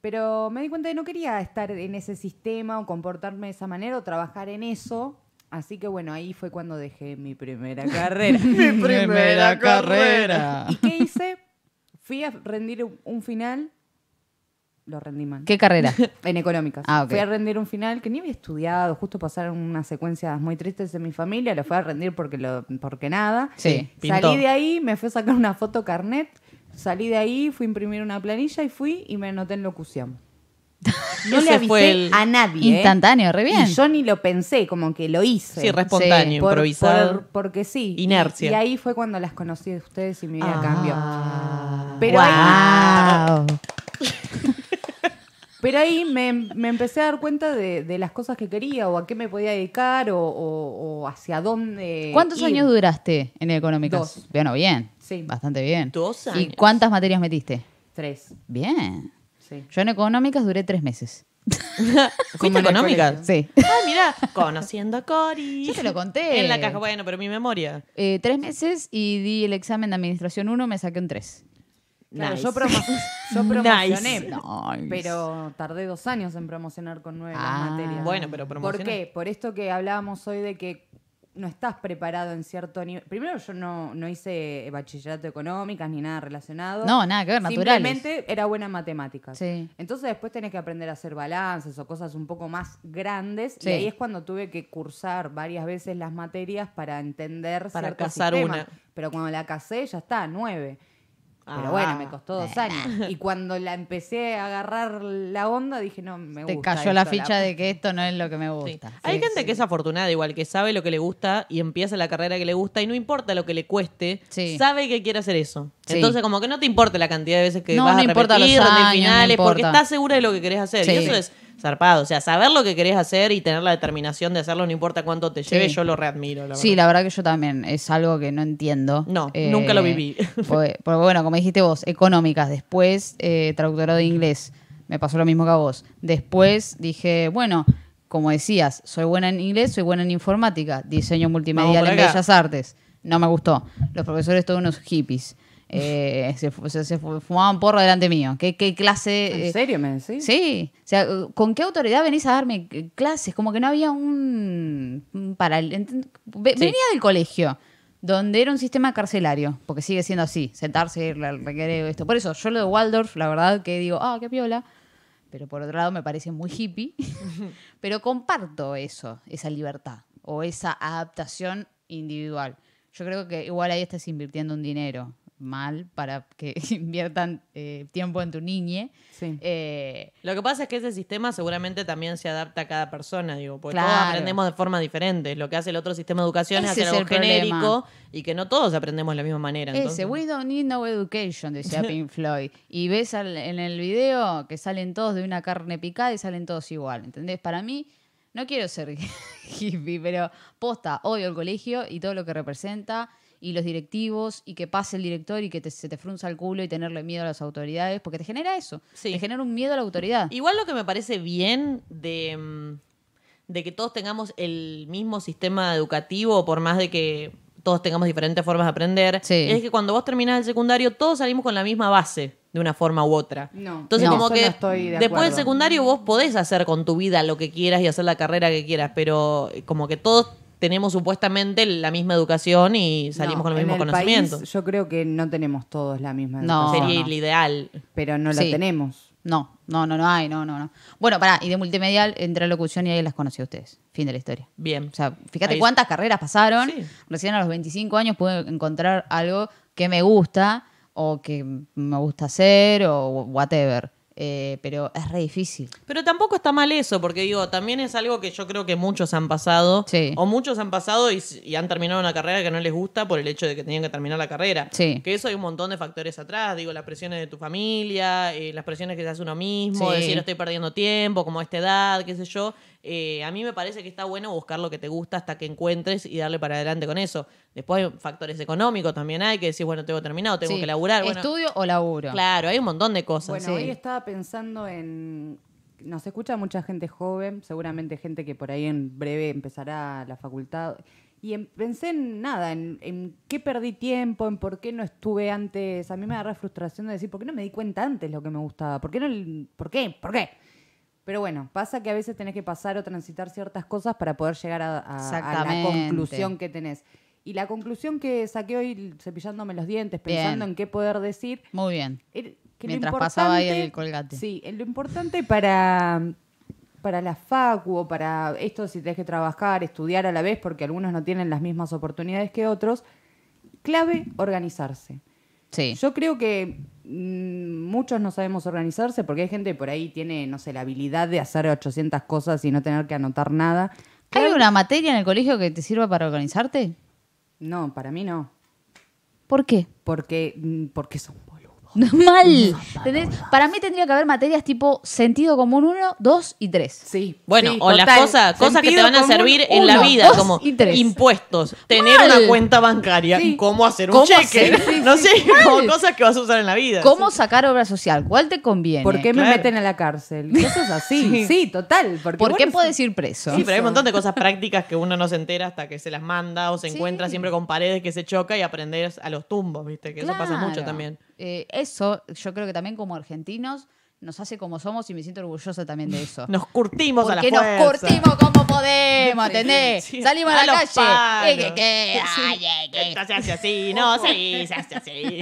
B: Pero me di cuenta que no quería estar en ese sistema o comportarme de esa manera o trabajar en eso. Así que bueno, ahí fue cuando dejé mi primera carrera.
D: Mi primera carrera.
B: ¿Y qué hice? Fui a rendir un- un final. Lo rendí mal.
D: ¿Qué carrera?
B: En económicas.
D: Ah, ok.
B: Fui a rendir un final que ni había estudiado, justo pasaron unas secuencias muy tristes en mi familia, lo fui a rendir porque, lo, porque nada. Eh,
D: Sí,
C: pintó.
B: Salí de ahí, me fui a sacar una foto carnet, salí de ahí, fui a imprimir una planilla y fui y me anoté en locución. No le
C: Ese fue
B: avisé
C: el-
B: a nadie. ¿eh?
D: Instantáneo, re bien.
B: Y yo ni lo pensé, como que lo hice.
C: Sí, re espontáneo,
D: Sí,
B: Por-
C: improvisado.
B: por- porque sí.
C: Inercia.
B: Y, y ahí fue cuando las conocí de ustedes y mi vida
D: Ah.
B: cambió. Pero ahí,
D: Guau.
B: pero ahí me, me empecé a dar cuenta de, de las cosas que quería o a qué me podía dedicar o, o- o hacia
C: Eh,
B: dónde.
D: ¿Cuántos
B: ir.
D: años duraste en económicas?
B: Dos.
D: Bueno, bien.
B: Sí.
D: Bastante bien.
C: Dos
D: ¿Y
C: años.
D: cuántas materias metiste?
B: Tres.
D: Bien.
B: Sí.
D: Yo en económicas duré tres meses.
C: ¿Fuiste económica?
D: Sí.
C: Ah, mirá, conociendo a Cori.
D: Yo te lo conté.
C: En la caja, bueno, pero mi memoria.
D: Eh, tres meses y di el examen de administración 1, me saqué un 3.
B: Claro,
C: Nice.
B: yo, promo- yo promocioné,
C: Nice.
B: pero tardé dos años en promocionar con nueve
D: Ah.
B: las materias.
C: Bueno, pero
B: ¿Por
C: promocioné.
B: qué? Por esto que hablábamos hoy de que no estás preparado en cierto nivel. Primero, yo no, no hice bachillerato económicas ni nada relacionado.
D: No, nada que ver, naturales.
B: Simplemente era buena en matemáticas.
D: Sí.
B: Entonces después tenés que aprender a hacer balances o cosas un poco más grandes.
D: Sí.
B: Y ahí es cuando tuve que cursar varias veces las materias para entender
C: Para
B: cierto
C: casar
B: sistema.
C: una.
B: Pero cuando la casé ya está, nueve. Pero
C: Ah.
B: bueno, me costó dos años. Y cuando la empecé a agarrar la onda, dije, no, me
D: Te
B: gusta
D: cayó la
B: esto,
D: ficha de que esto no es lo que me
C: Sí.
D: gusta.
C: Hay
D: Sí,
C: gente
D: sí.
C: que es afortunada, igual que sabe lo que le gusta y empieza la carrera que le gusta y no importa lo que le cueste,
D: Sí.
C: sabe que quiere hacer eso.
D: Sí.
C: Entonces, como que no te importa la cantidad de veces que
D: No,
C: vas
D: no
C: a
D: importa
C: repetir,
D: los
C: rendir
D: años, no
C: finales, porque
D: importa.
C: estás segura de lo que querés hacer. Y
D: Sí.
C: eso es zarpado. O sea, saber lo que querés hacer y tener la determinación de hacerlo, no importa cuánto te lleve,
D: Sí.
C: yo lo readmiro. La
D: Sí,
C: verdad.
D: la verdad que yo también es algo que no entiendo.
C: No, nunca lo viví.
D: Porque, porque bueno, como dijiste vos, económicas, después eh, traductorado de inglés, me pasó lo mismo que a vos. Después dije, bueno, como decías, soy buena en inglés, soy buena en informática, diseño multimedial
C: por
D: en
C: acá.
D: Bellas Artes. No me gustó. Los profesores todos unos hippies. eh, se, fu- se- se fu- fumaban porro delante mío. ¿Qué, qué clase?
B: ¿En
D: eh,
B: serio me decís?
D: Sí, o sea, ¿con qué autoridad venís a darme eh, clases? Como que no había un... un paral- ent- ve-
C: Sí.
D: Venía del colegio, donde era un sistema carcelario, porque sigue siendo así, sentarse, ir al recreo, esto. Por eso, yo lo de Waldorf, la verdad que digo, ah, qué piola, pero por otro lado me parece muy hippie, pero comparto eso, esa libertad o esa adaptación individual. Yo creo que igual ahí estás invirtiendo un dinero mal para que inviertan eh, tiempo en tu niñe.
B: Sí.
D: Eh,
C: Lo que pasa es que ese sistema seguramente también se adapta a cada persona, digo, porque todos
D: Claro.
C: aprendemos de forma diferente. Lo que hace el otro sistema de educación es hacer
D: Ese es
C: algo
D: el problema.
C: genérico y que no todos aprendemos de la misma manera.
D: Ese,
C: entonces-
D: we don't need no education, decía Pink Floyd. Y ves al- en el video que salen todos de una carne picada y salen todos igual, ¿entendés? Para mí, no quiero ser hippie, pero posta, odio el colegio y todo lo que representa, y los directivos, y que pase el director y que te- se te frunza el culo y tenerle miedo a las autoridades, porque te genera eso,
C: Sí.
D: te genera un miedo a la autoridad.
C: Igual lo que me parece bien de, mm, de que todos tengamos el mismo sistema educativo, por más de que todos tengamos diferentes formas de aprender,
D: Sí.
C: es que cuando vos terminás el secundario todos salimos con la misma base de una forma u otra.
B: No,
C: Entonces
D: no.
C: como
B: Eso
C: que
B: no estoy de
C: después del
B: acuerdo.
C: secundario vos podés hacer con tu vida lo que quieras y hacer la carrera que quieras, pero eh, como que todos tenemos supuestamente la misma educación y salimos
B: No,
C: con los
B: en
C: mismos
B: el
C: conocimientos.
B: país yo creo que no tenemos todos la misma
D: No.
B: educación,
C: Sería el ideal.
B: pero no la
D: Sí.
B: tenemos.
D: No, no, no, no hay, no, no, no. Bueno, pará, y de multimedial, entre locución y ahí las conocí a ustedes. Fin de la historia.
C: Bien.
D: O sea, fíjate
C: Ahí-
D: cuántas carreras pasaron.
C: Sí.
D: Recién a los 25 años pude encontrar algo que me gusta o que me gusta hacer o whatever. Eh, pero es re difícil.
C: Pero tampoco está mal eso, porque digo, también es algo que yo creo que muchos han pasado.
D: Sí.
C: O muchos han pasado y, y han terminado una carrera que no les gusta por el hecho de que tenían que terminar la carrera.
D: Sí.
C: Que eso hay un montón de factores atrás. Digo, las presiones de tu familia, eh, las presiones que se hace uno mismo,
D: Sí.
C: decir estoy perdiendo tiempo, como a esta edad, qué sé yo. Eh, a mí me parece que está bueno buscar lo que te gusta hasta que encuentres y darle para adelante con eso. Después hay factores económicos también hay que decir, bueno, tengo terminado, tengo
D: Sí.
C: que laburar. Bueno,
D: ¿Estudio o laburo?
C: Claro, hay un montón de cosas.
B: Bueno,
D: Sí.
B: hoy estaba pensando en... Nos escucha mucha gente joven, seguramente gente que por ahí en breve empezará la facultad. Y en- pensé en nada, en, en qué perdí tiempo, en por qué no estuve antes. A mí me da re frustración de decir, ¿por qué no me di cuenta antes lo que me gustaba? ¿Por qué no? el- ¿Por qué? ¿Por qué? Pero bueno, pasa que a veces tenés que pasar o transitar ciertas cosas para poder llegar a, a- a la
D: Exactamente.
B: conclusión que tenés. Y la conclusión que saqué hoy cepillándome los dientes,
D: Bien.
B: pensando en qué poder decir,
D: Muy bien.
B: era- que lo
D: Mientras pasaba ahí
B: importante-
D: el colgate.
B: Sí, eh, lo importante para, para la facu o para esto, si tenés que trabajar, estudiar a la vez, porque algunos no tienen las mismas oportunidades que otros, clave organizarse.
D: Sí.
B: Yo creo que mm, muchos no sabemos organizarse porque hay gente que por ahí tiene, no sé, la habilidad de hacer 800 cosas y no tener que anotar nada.
D: ¿Hay una materia en el colegio que te sirva para organizarte?
B: No, para mí no,
D: ¿Por qué?
B: porque, mm, porque son boludos.
D: Mal. ¿Entendés? Para mí tendría que haber materias tipo sentido común 1, 2 y 3.
B: Sí.
C: Bueno,
B: sí,
C: o las
B: total.
C: cosas, cosas que te
B: Sentido
C: van a
B: común,
C: servir en la
D: uno,
C: vida,
D: dos
C: como
D: y tres.
C: impuestos, tener
D: Mal.
C: una cuenta bancaria,
B: Sí.
C: cómo hacer un
D: ¿Cómo
C: cheque,
D: hacer? Sí,
C: no
D: sí,
C: sé,
D: sí.
C: como
D: Mal.
C: cosas que vas a usar en la vida.
D: ¿Cómo sacar obra social? ¿Cuál te conviene?
B: ¿Por qué
C: claro.
B: me meten a la cárcel? Cosas así. sí. total. Porque
D: ¿Por qué
B: bueno,
D: podés ir preso?
C: Sí, pero hay un montón de cosas prácticas que uno no se entera hasta que se las manda o se encuentra siempre con paredes que se choca y aprendes a los tumbos, ¿viste? Que eso pasa mucho
D: Claro.
C: también.
D: Eh, eso, yo creo que también como argentinos nos hace como somos y me siento orgullosa también de eso.
C: Nos curtimos a la
D: Porque nos
C: fuerza.
D: curtimos como podemos, ¿entendés?
C: Sí.
D: Salimos a la
C: los
D: calle.
C: palos.
D: eh, que- que-
C: Sí.
D: ay, eh, que-
C: Esto se hace así, no, sí, se hace así.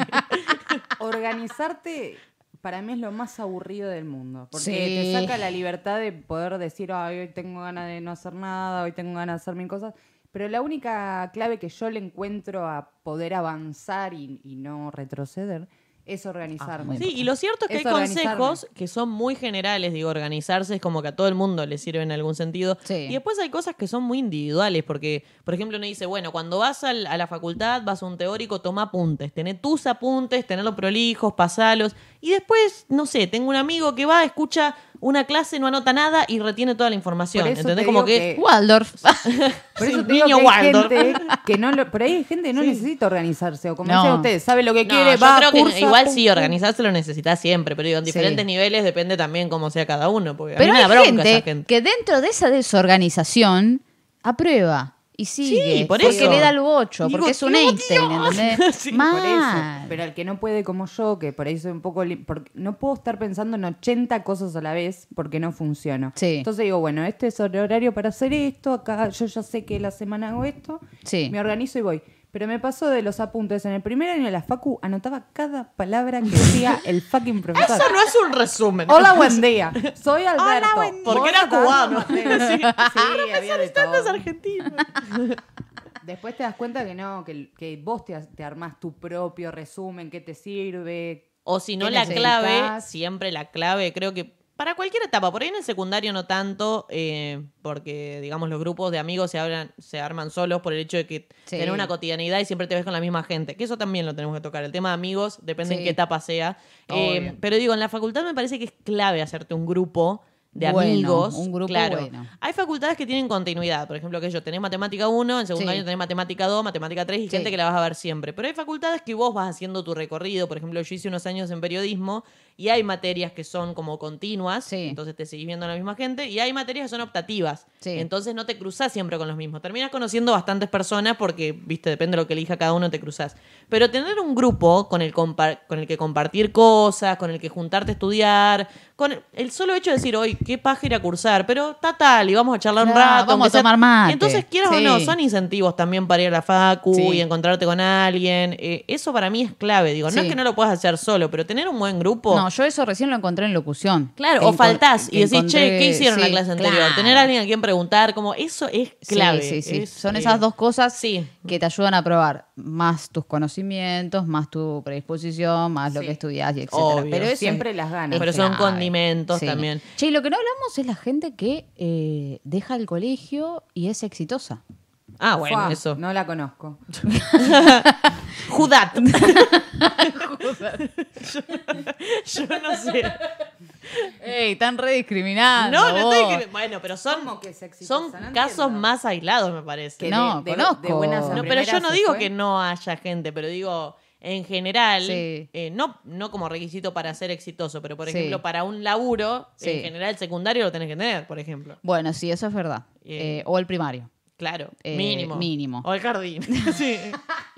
B: Organizarte para mí es lo más aburrido del mundo. Porque
D: Sí.
B: te saca la libertad de poder decir, "Ay, hoy tengo ganas de no hacer nada, hoy tengo ganas de hacer mil cosas. Pero la única clave que yo le encuentro a poder avanzar y, y no retroceder es
D: Ah,
B: organizarme.
C: Sí, y lo cierto es que
B: Es
C: hay
B: organizarme.
C: consejos que son muy generales, digo, organizarse es como que a todo el mundo le sirve en algún sentido.
D: Sí.
C: Y después hay cosas que son muy individuales, porque, por ejemplo, uno dice, bueno, cuando vas al- a la facultad, vas a un teórico, toma apuntes, tené tus apuntes, tenerlos prolijos, pasalos. Y después, no sé, tengo un amigo que va, escucha una clase, no anota nada y retiene toda la información.
B: Por eso
C: ¿Entendés?
B: te
C: Como
B: digo
C: que,
B: que-
D: Waldorf.
B: Por
C: Sí,
B: eso
C: un
B: te digo
C: niño
B: que hay
C: Waldorf.
B: gente que no lo- por ahí hay gente que no necesita organizarse. O como
D: No.
B: dicen ustedes, sabe lo que
C: No,
B: quiere,
C: yo
B: va,
C: creo que
B: cursa,
C: igual
B: pum,
C: sí,
B: pum.
C: organizarse lo necesitas siempre, pero digo, en
D: Sí.
C: diferentes niveles depende también cómo sea cada uno. Porque a
D: Pero
C: mí me da
D: hay
C: bronca esa
D: gente
C: gente.
D: que dentro de esa desorganización aprueba. Y sigue.
C: por
D: porque
C: eso.
D: le da el 8,
C: Digo,
D: porque es un
C: ¡no,
D: Einstein, ¿entendés?
C: Sí, por
B: Por eso.
D: Mal.
B: Pero al que no puede como yo, que por ahí soy un poco... li- porque no puedo estar pensando en 80 cosas a la vez porque no funciono.
D: Sí.
B: Entonces digo, bueno, este es el horario para hacer esto, acá yo ya sé que la semana hago esto,
D: Sí.
B: me organizo y voy. Pero me pasó de los apuntes. En el primer año de la facu anotaba cada palabra que decía el fucking profesor.
C: Eso no es un resumen.
B: Hola, buen día. Soy Alberto.
D: buen día.
C: Porque era
B: Vos
C: cubano.
B: tanto, Sí, sí había de todo.
C: Es argentino.
B: Después te das cuenta que no, que, que vos te, te armás tu propio resumen, qué te sirve.
C: O si no,
B: ¿Qué
C: la
B: necesitas?
C: clave, siempre la clave, creo que para cualquier etapa, por ahí en el secundario no tanto, eh, porque digamos los grupos de amigos se, hablan, se arman solos por el hecho de que
D: Sí.
C: tener una cotidianidad y siempre te ves con la misma gente, que eso también lo tenemos que tocar, el tema de amigos, depende
D: Sí.
C: en qué etapa sea. Eh,
D: Obvio.
C: pero digo, en la facultad me parece que es clave hacerte un grupo de
D: Bueno,
C: amigos.
D: un grupo
C: claro.
D: bueno.
C: Hay facultades que tienen continuidad, por ejemplo, que yo tenés matemática 1, en segundo
D: Sí.
C: año tenés matemática 2, matemática 3 y
D: Sí.
C: gente que la vas a ver siempre. Pero hay facultades que vos vas haciendo tu recorrido. Por ejemplo, yo hice unos años en periodismo y hay materias que son como continuas,
D: Sí.
C: entonces te seguís viendo a la misma gente, y hay materias que son optativas.
D: Sí.
C: Entonces no te cruzás siempre con los mismos. Terminás conociendo bastantes personas porque, viste, depende de lo que elija cada uno, te cruzás. Pero tener un grupo con el, compa- con el que compartir cosas, con el que juntarte a estudiar, con el, el solo hecho de decir, hoy, qué paja ir a cursar, pero está tal, y vamos a charlar un
D: Claro,
C: rato.
D: vamos a
C: aunque sea-
D: tomar mate.
C: Entonces, quieras o
D: Sí.
C: no, son incentivos también para ir a la facu
D: Sí.
C: y encontrarte con alguien. Eh, eso para mí es clave. Digo, no
D: Sí.
C: es que no lo puedas hacer solo, pero tener un buen grupo.
D: No, yo eso recién lo encontré en locución.
C: Claro,
D: Que
C: o
D: encon-
C: faltás
D: que
C: y decís, che,
D: encontré-
C: ¿qué hicieron la
D: sí,
C: clase anterior?
D: claro.
C: Tener a alguien a quien preguntar, como eso es
D: Sí,
C: clave.
D: Sí, sí,
C: Es,
D: Son
C: eh,
D: esas dos cosas
C: sí.
D: que te ayudan a probar más tus conocimientos, más tu predisposición, más lo
B: Sí.
D: que estudias y etc.
C: Obvio.
D: Pero eso
B: Siempre
D: es-
B: las ganas.
D: es
C: Pero son
D: clave.
C: condimentos también.
D: Che, y lo que no hablamos es la gente que eh, deja el colegio y es exitosa.
C: Ah, bueno,
B: Fua,
C: eso.
B: No la conozco.
C: Judat. yo, yo no sé.
D: ¡Ey, están rediscriminando!
C: No, no estoy. cre- Bueno, pero son,
B: ¿Cómo que es exitosa?
C: son
B: No
C: casos
B: entiendo.
C: más aislados, me parece.
B: Que
D: No,
B: de, de-
D: conozco.
B: de buenas a
D: No,
C: No, pero yo
B: primeras
C: no
B: se
C: digo
B: fue.
C: que no haya gente, pero digo, en general,
D: Sí.
C: eh, no, no como requisito para ser exitoso, pero por
D: Sí.
C: ejemplo, para un laburo,
D: Sí.
C: en general secundario lo tenés que tener, por ejemplo.
D: Bueno, sí, eso es verdad.
C: Eh,
D: Eh, o el primario.
C: Claro,
D: Eh,
C: mínimo.
D: mínimo.
C: O el jardín. sí.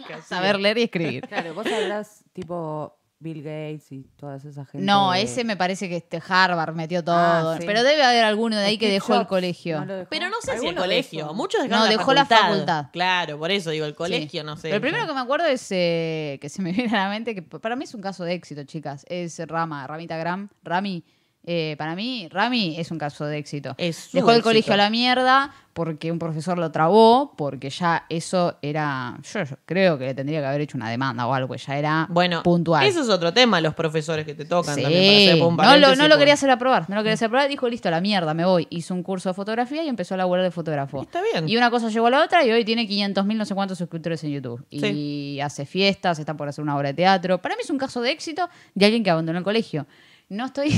C: Que así
D: Saber leer y escribir.
B: Claro, vos sabrás tipo Bill Gates y todas esas gente.
D: No,
B: de-
D: ese me parece que este Harvard metió todo.
B: Ah, sí.
D: Pero debe haber alguno de ahí que
B: Steve
D: dejó el
B: Jobs,
D: colegio.
B: ¿no lo
C: es.
B: dejó?
C: Pero no sé si el
B: Alguno
C: colegio.
B: dejó.
C: Muchos
D: No,
C: dejaron la
D: dejó la
C: facultad.
D: facultad.
C: Claro, por eso digo, el
D: Sí.
C: colegio, no sé.
D: Pero el primero que me acuerdo es eh, que se me viene a la mente, que p- para mí es un caso de éxito, chicas. Es Rama, Ramita Gram, Rami. eh, para mí, Rami es un caso de éxito.
C: Es su
D: Dejó el
C: éxito.
D: colegio a la mierda porque un profesor lo trabó, porque ya eso era. Yo, yo creo que le tendría que haber hecho una demanda o algo, que ya era
C: Bueno,
D: puntual.
C: eso es otro tema, los profesores que te tocan
D: Sí.
C: también. Para hacer un
D: no, lo,
C: paréntesis,
D: no lo
C: porque-
D: quería hacer aprobar, no lo quería hacer aprobar, dijo, listo, a la mierda, me voy. Hizo un curso de fotografía y empezó a laburar de fotógrafo.
C: Y está bien.
D: Y una cosa llegó a la otra y hoy tiene 500 mil no sé cuántos suscriptores en YouTube. Y hace fiestas, está por hacer una obra de teatro. Para mí es un caso de éxito de alguien que abandonó el colegio. No estoy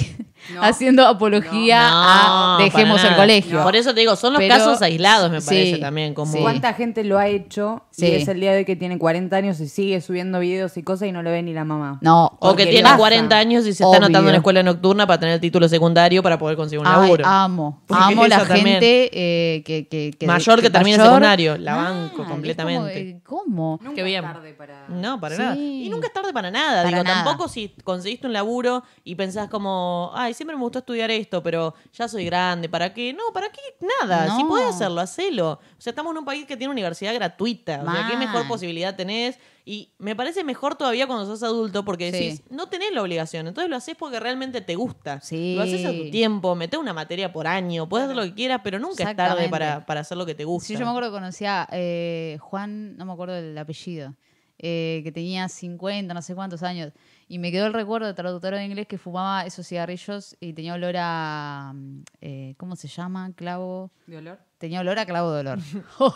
B: No.
D: haciendo apología a
C: No,
D: ah, dejemos
C: para
D: el
C: nada.
D: colegio.
C: Por eso te digo, son los
D: Pero-
C: casos aislados, me
D: sí,
C: parece también. Como...
D: sí.
B: ¿Cuánta gente lo ha hecho?
D: Sí.
B: Y es el día de hoy que tiene 40 años y sigue subiendo videos y cosas y no lo ve ni la mamá.
D: No,
C: O
B: Porque
C: que
B: le
C: tiene
B: pasa.
C: 40 años y se
D: Obvio.
C: está anotando en la escuela nocturna para tener el título secundario para poder conseguir un
D: Ay,
C: laburo.
D: amo.
C: Porque
D: amo la
C: eso también.
D: gente eh, que, que- que-
C: Mayor que termine
D: mayor.
C: secundario, la banco
D: es como,
C: completamente.
D: eh, ¿Cómo?
B: Nunca
C: Qué
B: es
C: bien.
B: tarde para...
C: No, para
D: Sí.
C: nada. Y nunca es tarde para nada.
D: Para
C: Digo,
D: nada.
C: tampoco si conseguiste un laburo y pensás como, ay, siempre me gustó estudiar esto, pero ya soy grande, ¿para qué? No, ¿para qué? Nada.
D: No.
C: Si podés hacerlo, hacelo. O sea, estamos en un país que tiene universidad gratuita. O sea, qué
D: Mal.
C: mejor posibilidad tenés. Y me parece mejor todavía cuando sos adulto porque
D: Sí.
C: decís, no tenés la obligación. Entonces lo haces porque realmente te gusta.
D: Sí.
C: Lo haces a tu tiempo, metés una materia por año, podés hacer lo que quieras, pero nunca es tarde
D: Exactamente.
C: para, para hacer lo que te gusta.
D: Sí, yo me acuerdo que conocía eh, Juan, no me acuerdo el apellido, eh, que tenía 50, no sé cuántos años. Y me quedó el recuerdo de traductor de inglés que fumaba esos cigarrillos y tenía olor a. mm, eh, ¿Cómo se llama? Clavo.
B: ¿De olor?
D: Tenía olor a clavo de olor. Oh,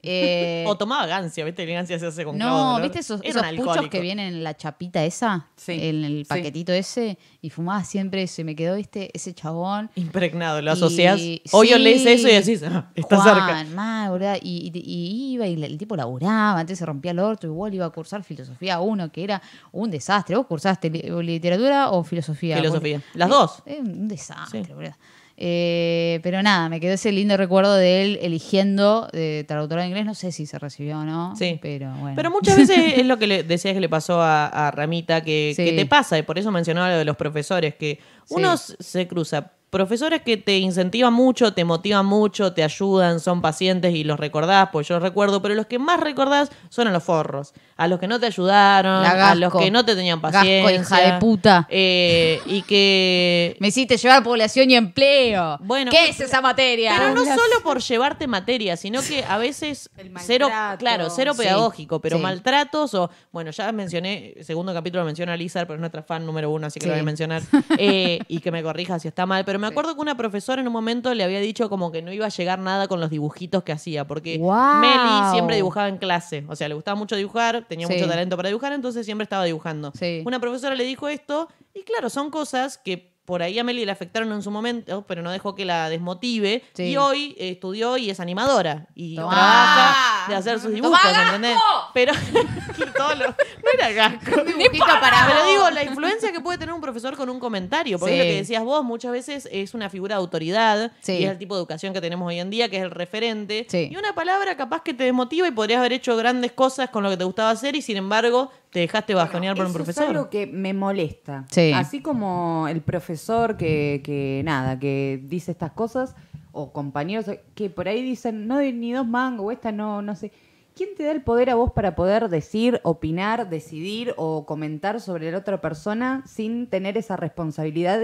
D: eh,
C: O tomaba gancia, ¿viste? La gancia se hace con clavo de
D: no,
C: olor.
D: ¿viste esos,
C: Era
D: esos
C: un
D: puchos
C: alcohólico.
D: que vienen en la chapita esa?
B: Sí,
D: En el
B: sí.
D: paquetito ese. Y fumaba siempre eso. Y me quedó este, ese chabón.
C: Impregnado, lo
D: Y-
C: asocias. Hoy yo lees
D: sí.
C: eso y decís, ah, está
D: Juan,
C: cerca.
D: mal, boluda. Y, y- y iba y le- el tipo laburaba, antes se rompía el orto, igual iba a cursar filosofía uno, que era un desastre. ¿Vos cursaste li- literatura o filosofía?
C: Filosofía.
D: Porque-
C: Las dos.
D: Eh, un desastre,
C: Sí.
D: boluda. Eh, pero nada, me quedó ese lindo recuerdo de él eligiendo de traductora de inglés. No sé si se recibió o no.
C: Sí.
D: Pero bueno.
C: Pero muchas veces es lo que le decías que le pasó a, a Ramita, que,
D: Sí.
C: que te pasa, y por eso mencionaba lo de los profesores, que uno s- se cruza. Profesores que te incentivan mucho, te motivan mucho, te ayudan, son pacientes y los recordás, pues yo los recuerdo, pero los que más recordás son a los forros, a los que no te ayudaron,
D: La Gasco.
C: a los que no te tenían
D: Gasco,
C: paciencia.
D: hija de puta.
C: Eh, y que
D: Me hiciste llevar población y empleo.
C: Bueno, pues,
D: ¿Qué es esa materia?
C: Pero no
B: Hablas-
C: solo por llevarte materia, sino que a veces
B: El
C: cero,
B: maltrato.
C: claro, cero
D: Sí,
C: pedagógico, pero
D: sí.
C: maltratos o, bueno, ya mencioné, segundo capítulo menciona a Lizar, pero es nuestra fan número uno, así que lo
D: Sí.
C: voy a mencionar, eh, y que me corrija si está mal, pero me acuerdo que una profesora en un momento le había dicho como que no iba a llegar nada con los dibujitos que hacía, porque
D: Guau.
C: Meli siempre dibujaba en clase, o sea, le gustaba mucho dibujar, tenía
D: Sí.
C: mucho talento para dibujar, entonces siempre estaba dibujando.
D: Sí.
C: Una profesora le dijo esto, y claro, son cosas que por ahí a Meli le afectaron en su momento, pero no dejó que la desmotive.
D: Sí.
C: Y hoy eh, estudió y es animadora. Y
D: Tomá.
C: trabaja de hacer sus dibujos,
D: Tomá, Gasco.
C: ¿entendés? Pero todo lo- no era gasco.
D: Dibujito para
C: Pero
D: vos.
C: digo, la influencia que puede tener un profesor con un comentario, porque es
D: Sí.
C: lo que decías vos, muchas veces es una figura de autoridad,
D: Sí.
C: y es el tipo de educación que tenemos hoy en día, que es el referente,
D: Sí.
C: y una palabra capaz que te desmotiva y podrías haber hecho grandes cosas con lo que te gustaba hacer, y sin embargo te dejaste bajonear por un
B: Eso
C: profesor.
B: Es algo que me molesta.
D: Sí.
B: Así como el profesor que, que nada, que dice estas cosas, o compañeros que por ahí dicen, no doy ni dos mangos, o esta no, no sé. ¿Quién te da el poder a vos para poder decir, opinar, decidir o comentar sobre la otra persona sin tener esa responsabilidad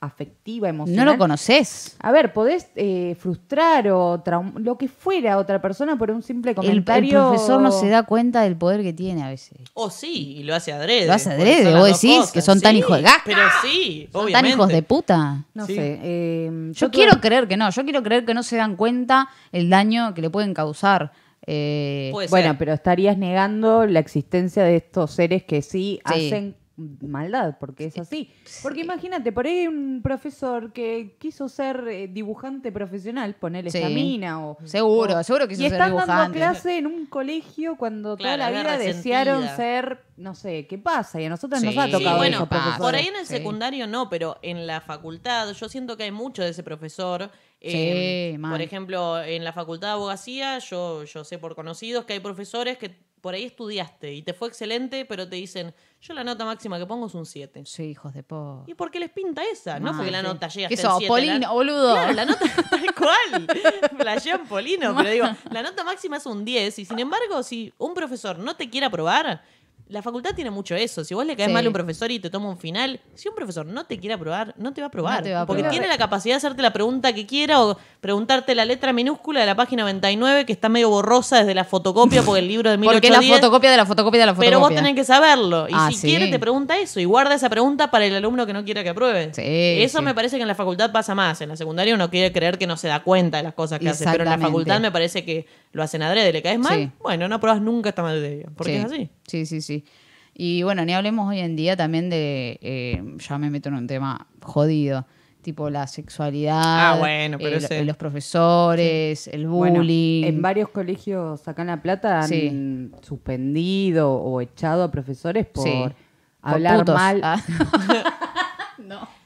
B: afectiva,
D: No
B: emocional?
D: lo conoces.
B: A ver, podés eh, frustrar o traum- lo que fuera a otra persona por un simple
D: El, el
B: comentario.
D: profesor no se da cuenta del poder que tiene a veces.
C: O Oh, sí, y lo hace adrede.
D: Lo hace
C: porque
D: adrede,
C: son las
D: vos
C: dos
D: decís que son tan
C: Sí,
D: hijos de gasca.
C: Pero sí,
D: Son
C: obviamente.
D: tan hijos de puta.
B: No
C: Sí.
B: sé. eh,
D: Yo
B: todo-
D: quiero creer que no, yo quiero creer que no se dan cuenta el daño que le pueden causar. Eh,
C: Puede
B: Bueno,
C: ser.
B: pero estarías negando la existencia de estos seres que sí,
D: Sí.
B: hacen maldad, porque es así. Porque imagínate, por ahí hay un profesor que quiso ser eh, dibujante profesional, ponerle
D: Sí.
B: esta mina o...
D: Seguro,
B: o-
D: seguro quiso
B: Y
D: ser
B: están dando
D: dibujante.
B: clase en un colegio cuando
C: Claro,
B: toda la
C: la
B: vida
C: resentida.
B: desearon ser, no sé, ¿qué pasa? Y a nosotros nos
D: Sí,
B: ha tocado
C: Sí,
D: bueno,
B: esos
D: pasa.
B: profesores.
C: por ahí en el
D: Sí.
C: secundario no, pero en la facultad yo siento que hay mucho de ese profesor. Eh,
D: Sí, mal.
C: por ejemplo, en la facultad de abogacía yo, yo sé por conocidos que hay profesores que por ahí estudiaste y te fue excelente, pero te dicen, yo la nota máxima que pongo es un 7.
D: Sí, hijos de po.
C: ¿Y por qué les pinta esa? No
D: Mal,
C: porque la
D: sí.
C: nota llega
D: ¿Qué
C: hasta el
D: sos,
C: 7.
D: Polino,
C: la-
D: boludo?
C: Claro, la nota tal cual. Flashean Polino, pero digo, la nota máxima es un 10 y sin embargo, si un profesor no te quiere aprobar, la facultad tiene mucho eso. Si vos le caes
D: Sí.
C: mal a un profesor y te toma un final, si un profesor no te quiere aprobar, no te va a aprobar.
D: No te va a
C: porque
D: aprobar.
C: tiene la capacidad de hacerte la pregunta que quiera o preguntarte la letra minúscula de la página 29 que está medio borrosa desde la fotocopia porque el libro de
D: Porque la
C: 1810.
D: fotocopia de la fotocopia de la fotocopia.
C: Pero vos tenés que saberlo. Y
D: Ah,
C: si
D: sí.
C: quiere, te pregunta eso. Y guarda esa pregunta para el alumno que no quiera que apruebe.
D: Sí,
C: eso
D: sí.
C: me parece que en la facultad pasa más. En la secundaria uno quiere creer que no se da cuenta de las cosas que hace. Pero en la
D: Exactamente.
C: facultad me parece que lo hacen adrede. ¿Le caes mal?
D: Sí.
C: Bueno, no aprobas nunca esta materia. Porque
D: Sí.
C: es así.
D: Sí, sí, sí. Y bueno, ni hablemos hoy en día también de. eh, ya me meto en un tema jodido. Tipo la sexualidad.
C: Ah, bueno, pero
D: eh, lo-
C: ese-
D: Los profesores, el
B: Bueno,
D: bullying.
B: en varios colegios acá en La Plata han
D: Sí.
B: suspendido o echado a profesores por
D: Sí. Por
B: hablar
D: putos.
B: mal.
D: Ah.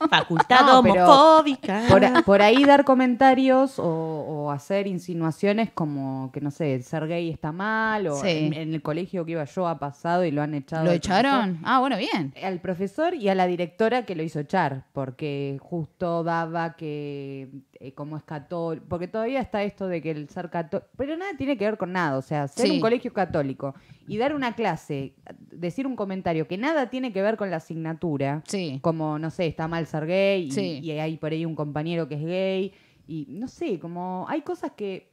C: Facultad
B: No, pero-
C: homofóbica.
B: Por, por ahí dar comentarios o, o hacer insinuaciones como que no sé, el ser gay está mal o
D: Sí.
B: en, en el colegio que iba yo ha pasado y lo han echado.
D: ¿Lo
B: al
D: echaron? Ah, bueno, bien.
B: profesor- al profesor y a la directora que lo hizo echar porque justo daba que eh, como es católico, porque todavía está esto de que el ser católico, pero nada tiene que ver con nada, o sea, ser
D: Sí.
B: un colegio católico y dar una clase, decir un comentario que nada tiene que ver con la asignatura
D: Sí.
B: como, no sé, está mal ser gay y,
D: Sí.
B: y hay por ahí un compañero que es gay y no sé, como hay cosas que...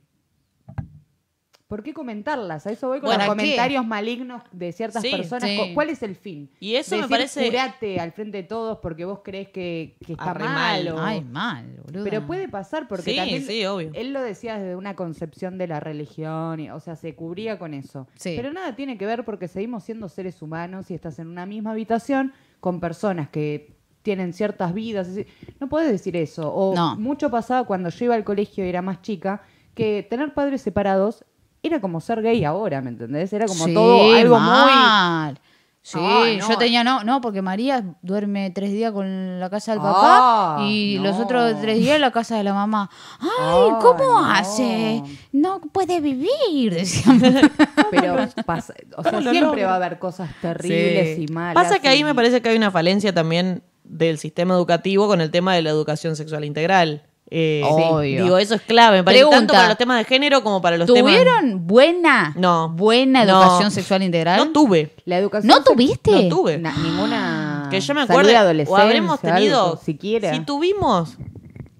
B: ¿Por qué comentarlas? A eso voy con
D: Bueno,
B: los
D: ¿qué?
B: comentarios malignos de ciertas
C: Sí,
B: personas.
D: sí.
B: Co- ¿Cuál es el fin?
C: Y eso me
B: Decir,
C: parece-
B: "Curate al frente de todos porque vos crees que, que está
C: Arre
B: mal.
C: mal.
B: o-
D: Ay, mal, boludo.
B: Pero puede pasar porque
C: Sí,
B: también
C: sí, obvio.
B: él lo decía desde una concepción de la religión, y- o sea, se cubría con eso.
D: Sí.
B: Pero nada tiene que ver porque seguimos siendo seres humanos y estás en una misma habitación con personas que tienen ciertas vidas. es decir, No puedes decir eso. O
D: No.
B: mucho pasaba cuando yo iba al colegio y era más chica, que tener padres separados era como ser gay ahora, ¿me entendés? Era como
D: Sí,
B: todo algo muy...
D: mal. Sí,
B: Ay, no.
D: yo tenía no, no, porque María duerme tres días con la casa del papá
B: Ah,
D: y
B: no.
D: los otros tres días en la casa de la mamá. Ay,
B: Ay,
D: ¿cómo
B: no.
D: hace? No puede vivir, decían.
B: Pero pasa- o sea,
C: ¿Cómo lo
B: siempre
C: logra?
B: va a haber cosas terribles
C: Sí.
B: y malas.
C: Pasa que ahí
B: y-
C: me parece que hay una falencia también del sistema educativo con el tema de la educación sexual integral. Eh,
D: Obvio.
C: Digo, eso es clave, me parece, tanto
D: Pregunta.
C: para los temas de género como para los temas...
D: ¿Tuvieron buena,
C: No.
D: buena
C: No.
D: educación sexual integral?
C: No tuve.
B: La educación
D: ¿No
B: sexu-
D: tuviste?
C: No tuve.
B: Na- ninguna.
C: Que yo me
B: Ah, salud
C: acuerdo.
B: de adolescencia,
C: O habremos
B: algo,
C: tenido.
B: siquiera.
C: Si tuvimos,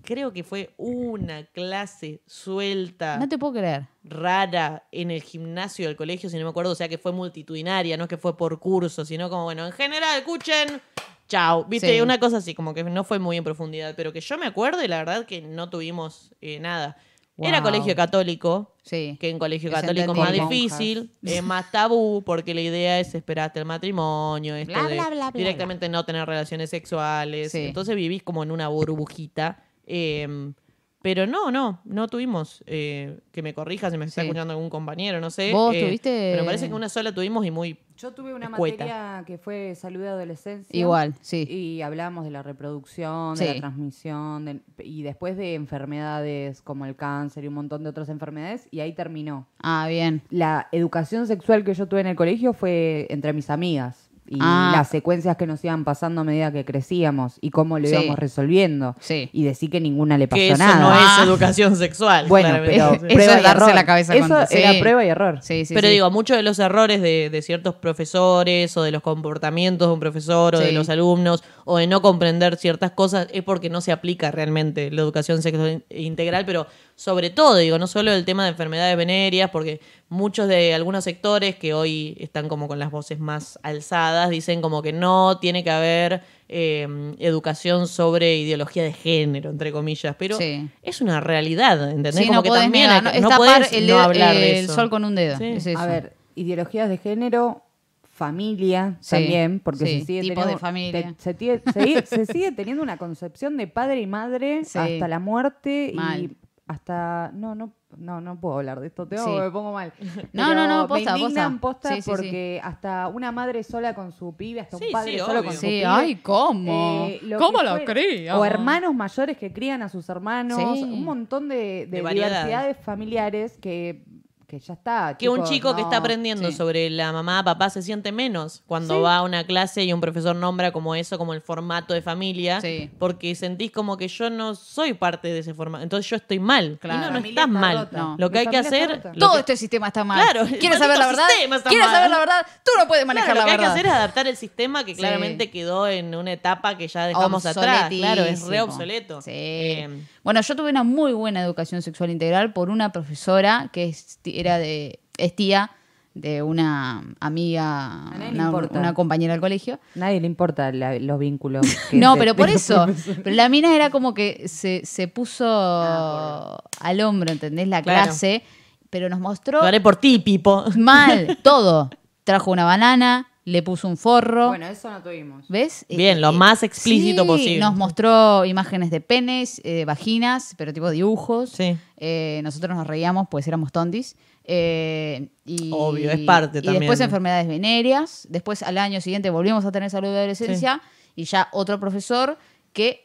C: creo que fue una clase suelta,
D: No te puedo creer.
C: rara, en el gimnasio del colegio, si no me acuerdo. O sea, que fue multitudinaria, no es que fue por curso, sino como, bueno, en general, escuchen. Chao. Viste,
D: Sí.
C: una cosa así, como que no fue muy en profundidad. Pero que yo me acuerdo y la verdad que no tuvimos eh, nada. Era
D: Wow.
C: colegio católico
D: Sí.
C: que en colegio
D: Es
C: católico es más
D: entendible.
C: difícil, es más tabú, porque la idea es esperar hasta el matrimonio, esto
D: Bla,
C: de
D: bla, bla, bla,
C: directamente no tener relaciones sexuales.
D: Sí.
C: Entonces vivís como en una burbujita. eh, pero no, no, no tuvimos. eh, que me corrija si me está
D: Sí.
C: escuchando algún compañero, no sé.
D: ¿Vos
C: eh,
D: tuviste?
C: Pero me parece que una sola tuvimos y muy.
B: Yo tuve una
C: Escueta.
B: materia que fue salud de adolescencia.
D: Igual, sí.
B: Y hablábamos de la reproducción, de
D: Sí.
B: la transmisión, de- y después de enfermedades como el cáncer y un montón de otras enfermedades, y ahí terminó.
D: Ah, bien.
B: La educación sexual que yo tuve en el colegio fue entre mis amigas. Y
D: Ah.
B: las secuencias que nos iban pasando a medida que crecíamos y cómo lo
D: Sí.
B: íbamos resolviendo.
D: Sí.
B: Y decir que ninguna le pasó
C: Que eso
B: nada.
C: no
D: Ah.
C: es educación sexual.
B: bueno,
C: claramente.
B: pero
D: Eso es
B: prueba y
D: darse
B: error.
D: la cabeza
B: Eso
D: contra- sí.
B: era prueba y error.
D: Sí, sí,
C: Pero
D: sí.
C: digo, muchos de los errores de, de ciertos profesores o de los comportamientos de un profesor o de
D: Sí.
C: los alumnos o de no comprender ciertas cosas es porque no se aplica realmente la educación sexual in- integral, pero sobre todo, digo, no solo el tema de enfermedades venéreas, porque muchos de algunos sectores que hoy están como con las voces más alzadas dicen como que no tiene que haber eh, educación sobre ideología de género, entre comillas, pero
D: Sí.
C: es una realidad, ¿entendés?
D: Sí,
C: como
D: no
C: que
D: podés
C: también
D: negar,
C: hay que- no,
D: ¿no? Es tapar
C: podés no
D: el dedo-
C: hablar de
D: el
C: eso.
D: sol con un dedo.
C: Sí.
D: Es eso.
B: A ver, ideologías de género, familia
D: Sí,
B: también, porque
D: sí,
B: se sigue
D: tipos
B: teniendo,
D: de familia.
B: te- se, tie- se- se sigue teniendo una concepción de padre y madre
D: Sí.
B: hasta la muerte
D: Mal.
B: y hasta no no no no puedo hablar de esto, te
D: Sí.
B: me pongo mal.
D: No, no,
B: Pero
D: no, posta,
B: me indignan
D: posta.
B: posta,
D: Sí, sí, sí.
B: porque hasta una madre sola con su pibe, hasta
C: Sí,
B: un padre
C: sí,
B: solo con
C: obvio.
B: su
D: Sí,
B: pibe.
D: ay, ¿cómo?
B: Eh, lo
D: ¿Cómo
B: que
D: lo Ah.
B: fue-
D: cría?
B: O hermanos mayores que crían a sus hermanos.
D: Sí.
B: Un montón de, de
C: De variedades.
B: diversidades familiares que, que ya está.
C: Que un
B: chicos,
C: chico que está
B: no.
C: aprendiendo
D: sí.
C: sobre la mamá, papá, se siente menos cuando
B: Sí.
C: va a una clase y un profesor nombra como eso, como el formato de familia,
D: Sí.
C: porque sentís como que yo no soy parte de ese formato, entonces yo estoy mal.
D: Claro.
C: Y no,
D: Mi
C: no
B: familia
C: estás
B: está
C: mal.
B: rota.
C: Lo que
B: Mi
C: hay que
B: familia está
C: hacer...
B: rota.
C: lo
D: Todo
C: que-
D: este sistema está mal.
C: Claro, el
D: ¿Quieres saber la
C: maldito
D: verdad?
C: sistema está
D: ¿Quieres
C: mal.
D: saber la verdad? Tú no puedes
C: claro,
D: manejar
C: lo que
D: la
C: hay que
D: verdad.
C: hacer es adaptar el sistema que
D: Sí.
C: claramente quedó en una etapa que ya dejamos atrás. Claro, es re
D: Obsoletísimo.
C: obsoleto.
D: Sí.
C: Eh,
D: bueno, yo tuve una muy buena educación sexual integral por una profesora que es, ti- era de, es tía de una amiga,
B: nadie le
D: una,
B: importa.
D: una compañera del colegio.
B: Nadie le importa la- los vínculos. que
D: No,
B: se-
D: pero por eso.
B: profesores.
D: Pero la mina era como que se, se puso al hombro, ¿entendés? La
C: Claro.
D: clase. Pero nos mostró
C: Lo haré por ti, Pipo.
D: mal todo. Trajo una banana, le puso un forro.
B: Bueno, eso no tuvimos.
D: ¿Ves? Eh,
C: Bien, lo
D: eh,
C: más explícito
D: sí,
C: posible.
D: Nos mostró imágenes de penes, eh, vaginas, pero tipo dibujos.
C: Sí.
D: Eh, nosotros nos reíamos, pues éramos tontis. Eh, y,
C: Obvio, es parte
D: y
C: también.
D: después enfermedades venéreas. Después al año siguiente volvimos a tener salud de adolescencia. Y ya otro profesor que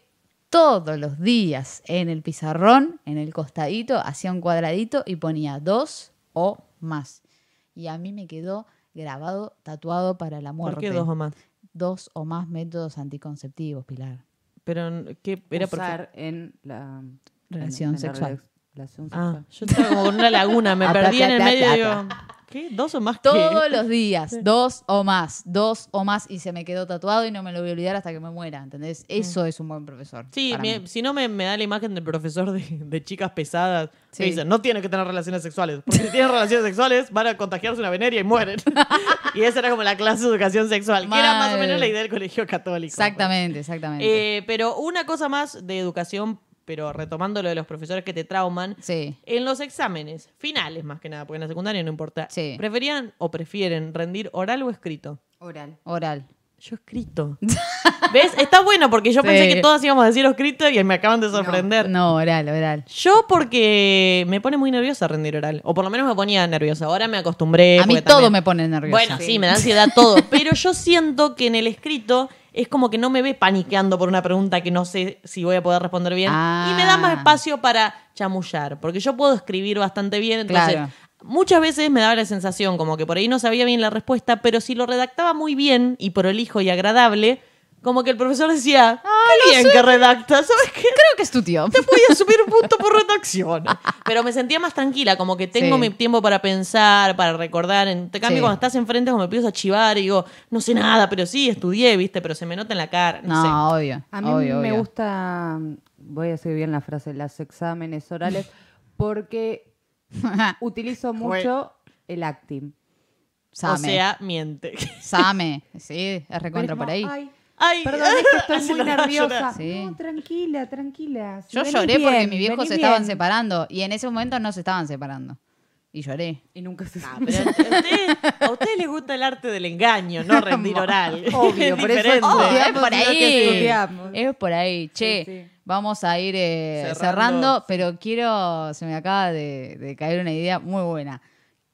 D: todos los días en el pizarrón, en el costadito, hacía un cuadradito y ponía dos o más. Y a mí me quedó grabado, tatuado para la muerte
C: ¿Por qué dos o más?
D: dos o más métodos anticonceptivos, Pilar.
C: Pero, ¿qué era por
B: Usar en la
D: Relación
B: en- en la
D: sexual.
B: rela- relación
C: Ah,
B: sexual.
C: yo estaba como con una laguna, me
B: Ata,
C: perdí en el
B: ata,
C: medio y digo,
B: ata.
C: ¿qué? ¿Dos o más qué?
D: Todos los días, dos o más, dos o más, y se me quedó tatuado y no me lo voy a olvidar hasta que me muera, ¿entendés? Eso es un buen profesor.
C: Mm. Sí,
D: para
C: me- pues.
D: mí.
C: si no me, me da la imagen del profesor de, de chicas pesadas
D: Sí.
C: que dicen, no tienen que tener relaciones sexuales, porque si tienen relaciones sexuales van a contagiarse una veneria y mueren. y esa era como la clase de educación sexual, que era más o
D: Mal.
C: menos la idea del colegio católico. pues.
D: Exactamente, exactamente.
C: Eh, pero una cosa más de educación, pero retomando lo de los profesores que te trauman,
D: sí,
C: En los exámenes finales, más que nada, porque en la secundaria no importa.
D: Sí.
C: ¿Preferían o prefieren rendir oral o escrito?
B: Oral.
D: oral.
C: Yo escrito. ¿Ves? Está bueno porque yo pensé
D: Sí.
C: que todas íbamos a decir escrito y me acaban de sorprender.
D: No, oral, oral.
C: Yo porque me pone muy nerviosa rendir oral. O por lo menos me ponía nerviosa. Ahora me acostumbré.
D: A mí
C: Eh, porque
D: todo
C: también-
D: me pone nerviosa.
C: Bueno, sí. me da ansiedad todo. Pero yo siento que en el escrito es como que no me ve paniqueando por una pregunta que no sé si voy a poder responder bien.
D: Ah.
C: Y me da más espacio para chamullar. Porque yo puedo escribir bastante bien. Entonces,
D: Claro.
C: muchas veces me daba la sensación como que por ahí no sabía bien la respuesta, pero si lo redactaba muy bien y prolijo y agradable, como que el profesor
D: Ah,
C: decía, qué bien que redactas, ¿sabes qué?
D: Creo que es tu tío.
C: te voy a subir un punto por redacción. Pero me sentía más tranquila, como que tengo
D: Sí.
C: mi tiempo para pensar, para recordar. En te cambio,
D: Sí.
C: cuando estás enfrente, como me empiezo a chivar y digo, no sé nada, pero sí, estudié, ¿viste? Pero se me nota en la cara. No, sé.
D: No, obvio.
B: A mí
D: obvio,
B: me
D: obvio.
B: gusta, voy a decir bien la frase, los exámenes orales, porque utilizo mucho el acting.
D: Same.
C: O sea, miente.
D: Same. Sí, es recontra por ahí.
B: Ay, Ah,
C: Ay,
B: perdón, es que estoy
C: se
B: muy
C: nos va a
B: nerviosa.
C: llorar.
D: Sí.
B: No, tranquila, tranquila. Si
D: Yo
B: venís
D: lloré porque
B: bien,
D: mis viejos
B: venís
D: se estaban
B: bien.
D: separando y en ese momento no se estaban separando. Y lloré.
B: Y nunca se
C: Ah, pero a ustedes- a ustedes les gusta el arte del engaño, no rendir oral.
B: Obvio,
C: Es
B: por eso-
C: diferente.
B: obvio.
D: es
B: Estudiamos
D: por
B: lo
D: ahí.
B: que estudiamos.
D: Es por ahí. Che,
B: Sí, sí.
D: vamos a ir eh, cerrando.
C: Cerrando.
D: pero quiero, se me acaba de, de caer una idea muy buena.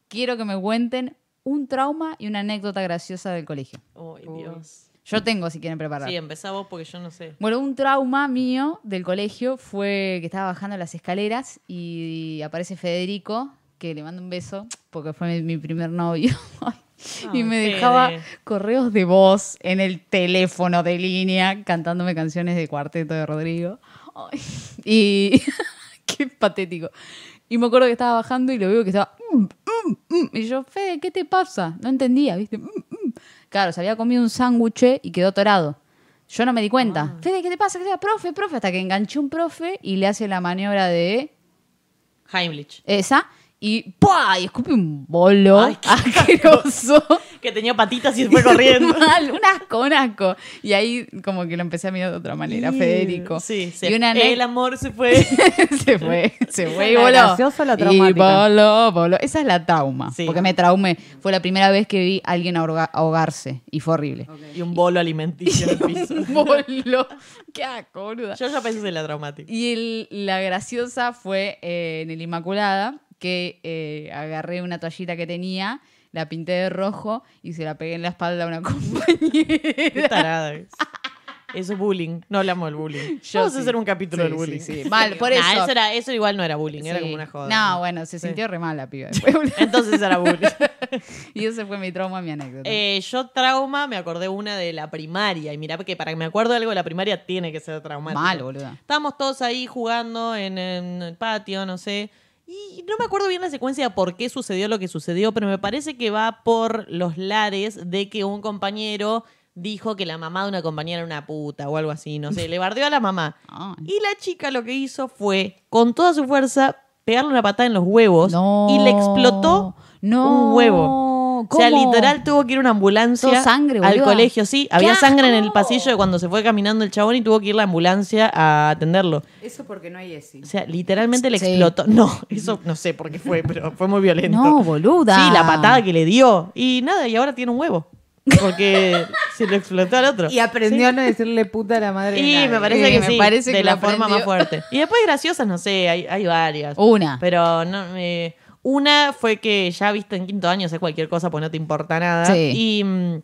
D: Quiero que me cuenten un trauma y una anécdota graciosa del colegio.
C: Ay, Dios.
D: Yo tengo, si quieren preparar.
C: Sí, empezá vos porque yo no sé.
D: Bueno, un trauma mío del colegio fue que estaba bajando las escaleras y aparece Federico, que le mando un beso, porque fue mi, mi primer novio. y
C: Ay,
D: me
C: Fede.
D: dejaba correos de voz en el teléfono de línea, cantándome canciones de cuarteto de Rodrigo. Ay, y qué patético. Y me acuerdo que estaba bajando y lo veo que estaba... "Mm, mm, mm". Y yo, Fede, ¿qué te pasa? No entendía, ¿viste? "Mm, mm". Claro, se había comido un sándwich y quedó torado. Yo no me di cuenta.
C: Ah.
D: Fede, ¿qué te pasa? ¿Qué te pasa? Profe, profe. Hasta que enganché un profe y le hace la maniobra de
C: Heimlich.
D: esa y ¡pua! Y escupe un bolo
C: Ay, qué
D: asqueroso.
C: Que tenía patitas y fue corriendo.
D: Mal, un asco, un asco. Y ahí como que lo empecé a mirar de otra manera, Federico.
C: Sí, sí.
D: Y una ane-
C: El amor se fue.
D: se fue, se fue y
B: la
D: voló.
B: graciosa o la
D: y
B: traumática?
D: voló, voló. Esa es la trauma.
C: Sí.
D: Porque me traumé. Fue la primera vez que vi a alguien ahoga- ahogarse y fue horrible.
C: Y un bolo alimenticio en el piso.
D: Voló. Qué asco, boluda.
C: Yo ya pensé en la traumática.
D: Y el- la graciosa fue eh, en el Inmaculada, que eh, agarré una toallita que tenía, la pinté de rojo y se la pegué en la espalda a una
C: Qué
D: compañera.
C: tarada es. Eso es bullying. No hablamos del bullying.
D: Yo
C: Vamos
D: sí.
C: a hacer un capítulo
D: Sí,
C: del
D: sí,
C: bullying.
D: sí. Mal, por eso.
C: Nah, eso, era, eso igual no era bullying, era
D: Sí.
C: como una joda.
D: No, bueno, se
C: Sí.
D: sintió re mal la piba. después.
C: Entonces era bullying.
D: y ese fue mi trauma, mi anécdota.
C: Eh, yo trauma, me acordé una de la primaria. Y mirá, que para que me acuerdo de algo de la primaria tiene que ser traumático.
D: mal, boluda.
C: Estábamos todos ahí jugando en, en el patio, no sé. Y no me acuerdo bien la secuencia de por qué sucedió lo que sucedió, pero me parece que va por los lares de que un compañero dijo que la mamá de una compañera era una puta o algo así, no sé, le bardeó a la mamá.
D: Ay.
C: Y la chica lo que hizo fue, con toda su fuerza, pegarle una patada en los huevos
D: No.
C: y le explotó
D: No.
C: un huevo. O sea,
D: ¿Cómo?
C: literal tuvo que ir una ambulancia
D: Todo sangre,
C: al
D: boluda.
C: colegio, sí. Había sangre en el pasillo de cuando se fue caminando el chabón y tuvo que ir la ambulancia a atenderlo.
B: Eso porque no hay esi.
C: O sea, literalmente le
D: Sí.
C: explotó. No, eso no sé por qué fue, pero fue muy violento.
D: No, boluda.
C: Sí, la patada que le dio. Y nada, y ahora tiene un huevo. Porque se lo explotó al otro.
B: Y aprendió a no decirle puta a la madre. de
C: Y
B: nadie.
C: me parece
D: Eh,
C: que
D: me
C: sí,
D: parece
C: de
D: que
C: la
D: lo
C: forma más
D: aprendió.
C: fuerte. Y después graciosas, no sé, hay, hay varias.
D: Una.
C: Pero no, eh, una fue que ya viste en quinto año, sé cualquier cosa, pues no te importa nada.
D: Sí.
C: Y mm,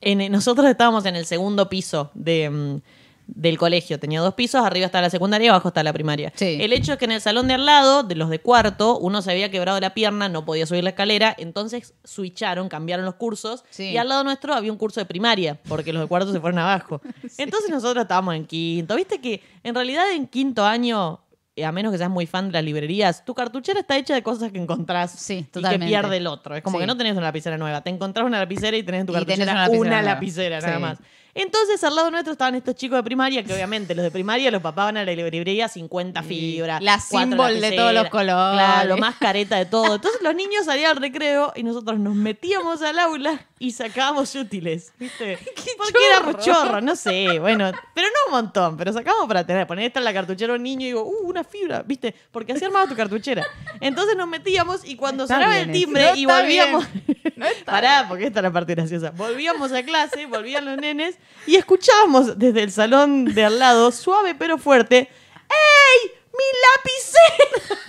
C: en- nosotros estábamos en el segundo piso de, mm, del colegio. Tenía dos pisos, arriba está la secundaria y abajo está la primaria.
D: Sí.
C: El hecho es que en el salón de al lado, de los de cuarto, uno se había quebrado la pierna, no podía subir la escalera, entonces switcharon, cambiaron los cursos.
D: Sí.
C: Y al lado nuestro había un curso de primaria, porque los de cuarto se fueron abajo. Entonces nosotros estábamos en quinto. Viste que en realidad en quinto año, eh, a menos que seas muy fan de las librerías, tu cartuchera está hecha de cosas que encontrás
D: Sí,
C: y que
D: totalmente.
C: pierde el otro. Es como
D: Sí.
C: que no tenés una lapicera nueva. Te encontrás una lapicera y tenés en tu
D: Y tenés
C: cartuchera
D: una
C: una lapicera,
D: lapicera nueva.
C: nada
D: Sí.
C: más. Entonces al lado nuestro estaban estos chicos de primaria, que obviamente los de primaria los papaban a la librería 50 fibras.
D: la
C: cuatro
D: símbolo de
C: lapiceras,
D: todos los colores.
C: Claro, lo más careta de todo. Entonces los niños salían al recreo y nosotros nos metíamos al aula y sacábamos útiles, ¿viste? Porque éramos chorros, no sé, bueno, pero no un montón, pero sacábamos para tener, poner esta en la cartuchera a un niño y digo, uh, una fibra, ¿viste? Porque así armabas tu cartuchera. Entonces nos metíamos y cuando
B: Está
C: sonaba
B: bien
C: el
B: eso.
C: timbre
E: No
C: y
E: está
C: volvíamos...
E: No está
C: Pará, porque esta es la parte graciosa. Volvíamos a clase, volvían los nenes y escuchábamos desde el salón de al lado, suave pero fuerte, ¡Ey! ¡Mi lapicera!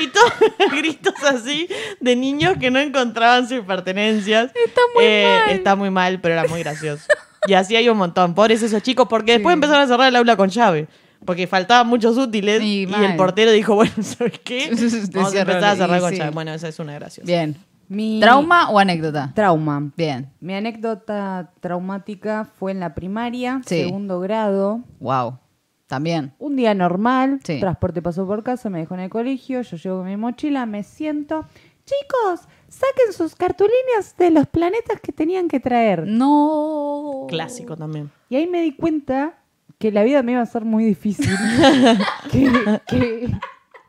C: Y todos gritos así de niños que no encontraban sus pertenencias. Está muy mal. Está muy mal, pero era muy gracioso. Y así hay un montón. Pobres esos chicos, porque después empezaron a cerrar el aula con llave. Porque faltaban muchos útiles
D: Y
C: y, el
D: mal.
C: portero dijo, bueno, ¿sabes qué?
D: Te
C: Vamos a empezar a
D: cierran,
C: cerrar
D: y
C: con
D: sí.
C: llave. Bueno, esa es una graciosa.
D: Bien.
B: Mi
D: ¿Trauma o anécdota?
B: Trauma.
D: Bien.
B: Mi anécdota traumática fue en la primaria,
D: Sí.
B: segundo grado.
D: Wow. También.
B: Un día normal,
D: Sí.
B: transporte pasó por casa, me dejó en el colegio, yo llego con mi mochila, me siento. Chicos, saquen sus cartulinas de los planetas que tenían que traer.
D: No.
C: Clásico también.
B: Y ahí me di cuenta que la vida me iba a ser muy difícil. que, que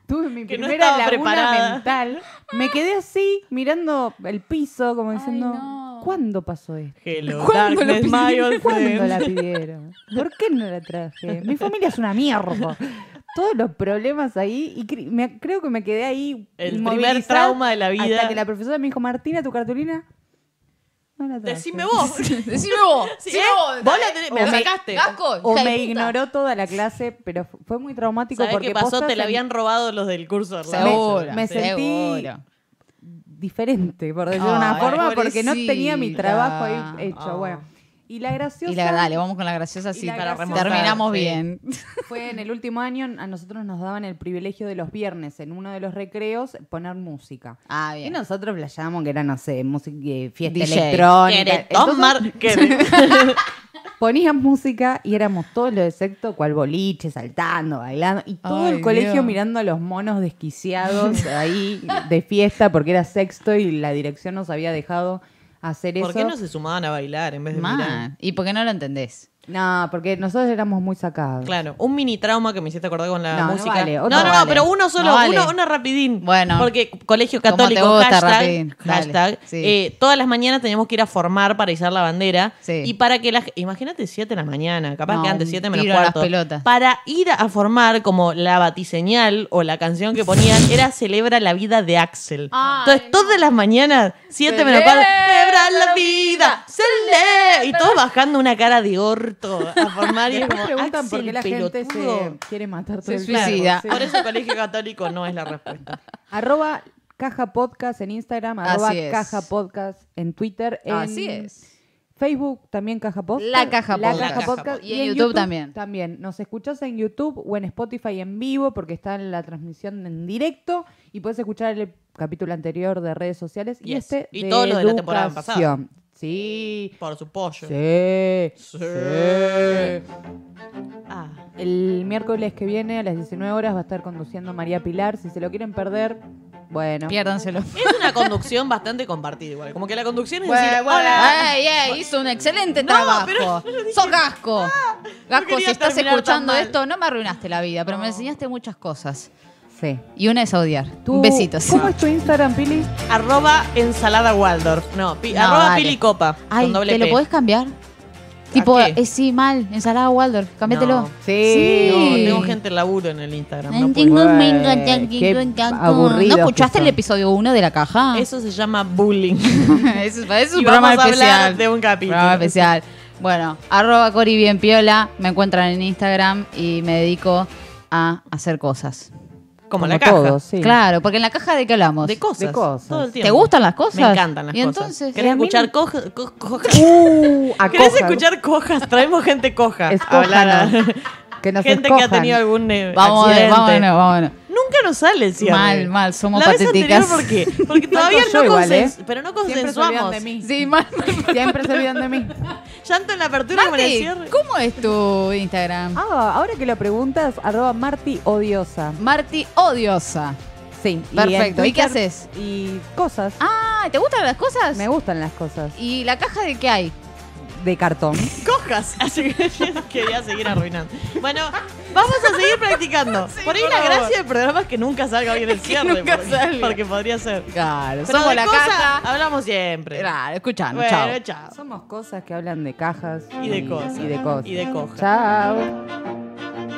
B: tuve mi
C: Que no
B: primera
C: estaba
B: laguna
C: preparada.
B: mental. Me quedé así, mirando el piso, como
D: Ay,
B: diciendo,
D: no.
B: ¿cuándo pasó esto?
C: Hello,
D: ¿Cuándo lo
C: darkness, my
D: pidieron?
C: old
B: ¿Cuándo
C: friend.
B: la pidieron? ¿Por qué no la traje? Mi familia es una mierda. Todos los problemas ahí, y cre- me- creo que me quedé ahí.
C: El
B: inmovilizada
C: primer trauma de la vida.
B: Hasta que la profesora me dijo, Martina, tu cartulina. No la traje.
C: Decime vos.
D: Decime vos.
C: Sí,
D: decime
C: ¿eh?
D: vos.
C: Vos la tenés- me
D: O
C: la sacaste.
D: Gasco,
B: O
D: hija de
B: me
D: puta.
B: ignoró toda la clase, pero fu- fue muy traumático
C: ¿Sabés
B: porque
C: qué pasó?
B: posta
C: Te la
B: sen-
C: habían robado los del curso. de
B: me-
C: Raúl.
D: Seguro.
B: me
C: Sí.
B: sentí-
D: seguro.
B: diferente, por decirlo de una
D: Ay,
B: forma, porque no
D: pobrecita.
B: tenía mi trabajo ahí hecho.
C: Ah.
B: Bueno, y la graciosa
D: Y la dale, vamos con la graciosa
B: Y
D: sí.
B: la
D: Para
B: graciosa.
D: remontar, Terminamos
C: sí.
D: bien.
B: fue en el último año, a nosotros nos daban el privilegio de los viernes, en uno de los recreos, poner música.
D: Ah,
B: Y
D: bien.
B: nosotros flasheábamos que era, no sé, música, eh, fiesta
D: DJ.
B: electrónica.
C: Quiere
B: Entonces,
C: tomar. quiere-
B: ponían música y éramos todos los de sexto, cual boliche, saltando, bailando. Y todo
D: Ay,
B: el colegio
D: Dios.
B: mirando a los monos desquiciados ahí de fiesta porque era sexto y la dirección nos había dejado hacer
C: ¿Por
B: eso.
C: qué no se sumaban a bailar en vez de mirar?
D: Mal. ¿Y por qué no lo entendés?
B: No, porque nosotros éramos muy sacados.
C: Claro, un mini trauma que me hiciste acordar con la
B: No, no
C: música.
B: vale,
C: no,
B: otro
C: no, no,
D: vale.
C: pero uno solo,
D: No vale.
C: uno, uno rapidín.
D: Bueno.
C: Porque colegio
D: Como te
C: católico,
D: gusta,
C: hashtag,
D: rapidín. Dale,
C: hashtag,
D: sí.
C: eh, todas las mañanas teníamos que ir a formar para izar la bandera.
D: Sí.
C: Y para que las... Imagínate 7 de la mañana, capaz
D: No,
C: que antes
D: un
C: 7 menos
D: tiro a las
C: cuarto.
D: pelotas.
C: Para ir a formar como la batiseñal o la canción que ponían era Celebra la vida de Axel.
D: Ay,
C: Entonces todas las mañanas, 7 menos cuarto, Celebra la vida, Celebra. Y todos bajando una cara de orto a formar. y
B: Y
C: es
B: después
C: como,
B: preguntan por
C: "Axel,
B: qué la gente
C: pelotudo".
B: se quiere matar todo
D: Se
B: el tiempo,
D: suicida.
B: sí.
C: Por eso el colegio católico no es la respuesta.
B: Arroba caja podcast en Instagram, arroba
D: Así es.
B: caja podcast en Twitter.
C: Eh,
B: en
D: Así es.
B: Facebook también Caja Podcast.
D: La Caja
B: La
D: Podcast.
B: Caja
C: La Caja
B: Podcast.
D: Podcast. Y en YouTube también.
B: También. Nos escuchás en YouTube o en Spotify en vivo porque está en la transmisión en directo y puedes escuchar el capítulo anterior de redes sociales y
C: Yes.
B: este
C: Y todos los de la temporada
B: educación.
C: pasada.
B: Sí.
C: Por su pollo.
B: Sí.
C: Sí. Ah,
B: El miércoles que viene a las 19 horas va a estar conduciendo María Pilar. Si se lo quieren perder, bueno.
D: Piérdanselo.
C: es una conducción bastante compartida igual. Como que la conducción es
D: Bueno,
C: decir,
D: bueno.
C: hola.
D: Ey, ey, hizo un excelente trabajo.
C: pero
D: Sos Gasco. Gasco,
C: quería
D: si estás
C: terminar tan
D: escuchando
C: mal.
D: esto, no me arruinaste la vida, pero me enseñaste muchas cosas.
B: Sí.
D: Y una es odiar.
B: Tú-
D: Besitos.
B: ¿Cómo es tu Instagram, Pili?
C: Arroba ensalada Waldorf. No, pi-
D: No,
C: arroba
D: dale.
C: pili copa.
D: Ay,
C: con doble
D: ¿te lo
C: P.
D: podés cambiar? Tipo,
C: qué?
D: eh, sí, mal, ensalada Waldorf, cambiátelo.
C: No.
B: Sí.
C: No,
D: Sí.
C: tengo gente en laburo en el Instagram. no
D: Ay,
C: puedo.
D: tengo un
B: Güey,
D: mengo, tengo
B: qué
D: un tango.
B: aburridos
D: ¿No escuchaste
B: que son.
D: el episodio 1 de la caja?
C: Eso se llama bullying.
D: Eso es, eso es un
C: Y
D: programa
C: vamos a hablar
D: especial.
C: de un capítulo.
D: Programa especial. Bueno, arroba Cori Bien Piola, me encuentran en Instagram y me dedico a hacer cosas.
C: Como, la caja.
B: todos, sí.
D: Claro, porque en la caja de qué hablamos.
C: De cosas.
B: De cosas.
C: Todo el
D: ¿Te
C: tiempo.
D: gustan las cosas?
C: Me encantan las
D: Y
C: cosas.
D: entonces-
C: ¿Querés
D: Y a mí
C: escuchar coja- co- cojas?
B: Uh, a
C: ¿Querés
B: cojas.
C: escuchar cojas? Traemos gente coja. a hablar a-
B: Escójanos. Que nos
C: gente que ha
B: escojan.
C: tenido algún eh,
D: Vamos,
C: accidente.
D: vámonos, vámonos.
C: Nunca nos sale el cierre.
D: Mal, mal, somos
C: La vez
D: patéticas.
C: anterior, ¿por qué? Porque todavía
B: Tanto
C: no
B: yo igual, ¿eh?
C: consens- pero no
B: Siempre se olvidan
C: consensuamos.
B: de mí.
D: Sí, mal, mal, mal.
B: Siempre se olvidan de mí.
C: Llanto en la apertura como en el
D: Mati,
C: cierre.
D: ¿cómo es tu Instagram?
B: Ah, ahora que lo preguntas, arroba Marti Odiosa.
D: Marti Odiosa.
B: Sí. en
D: Perfecto. ¿Y qué
B: Twitter-
D: haces?
B: Y cosas.
D: Ah, ¿te gustan las cosas?
B: Me gustan las cosas.
D: ¿Y la caja de qué hay?
B: de cartón.
C: cojas. Así que quería seguir arruinando. Bueno, vamos a seguir practicando. por ahí
D: por
C: la
D: favor.
C: gracia del programa es que nunca salga bien el cierre.
D: nunca
C: porque,
D: salga.
C: porque podría ser.
D: Claro,
C: Pero
D: somos
C: de
D: la
C: cosas
D: caja.
C: Hablamos siempre.
D: Claro, escuchando,
C: Bueno,
D: chao.
C: chao.
B: Somos cosas que hablan de cajas
C: Y de cosas.
B: Y de cosas.
C: Y de cojas.
B: Chao.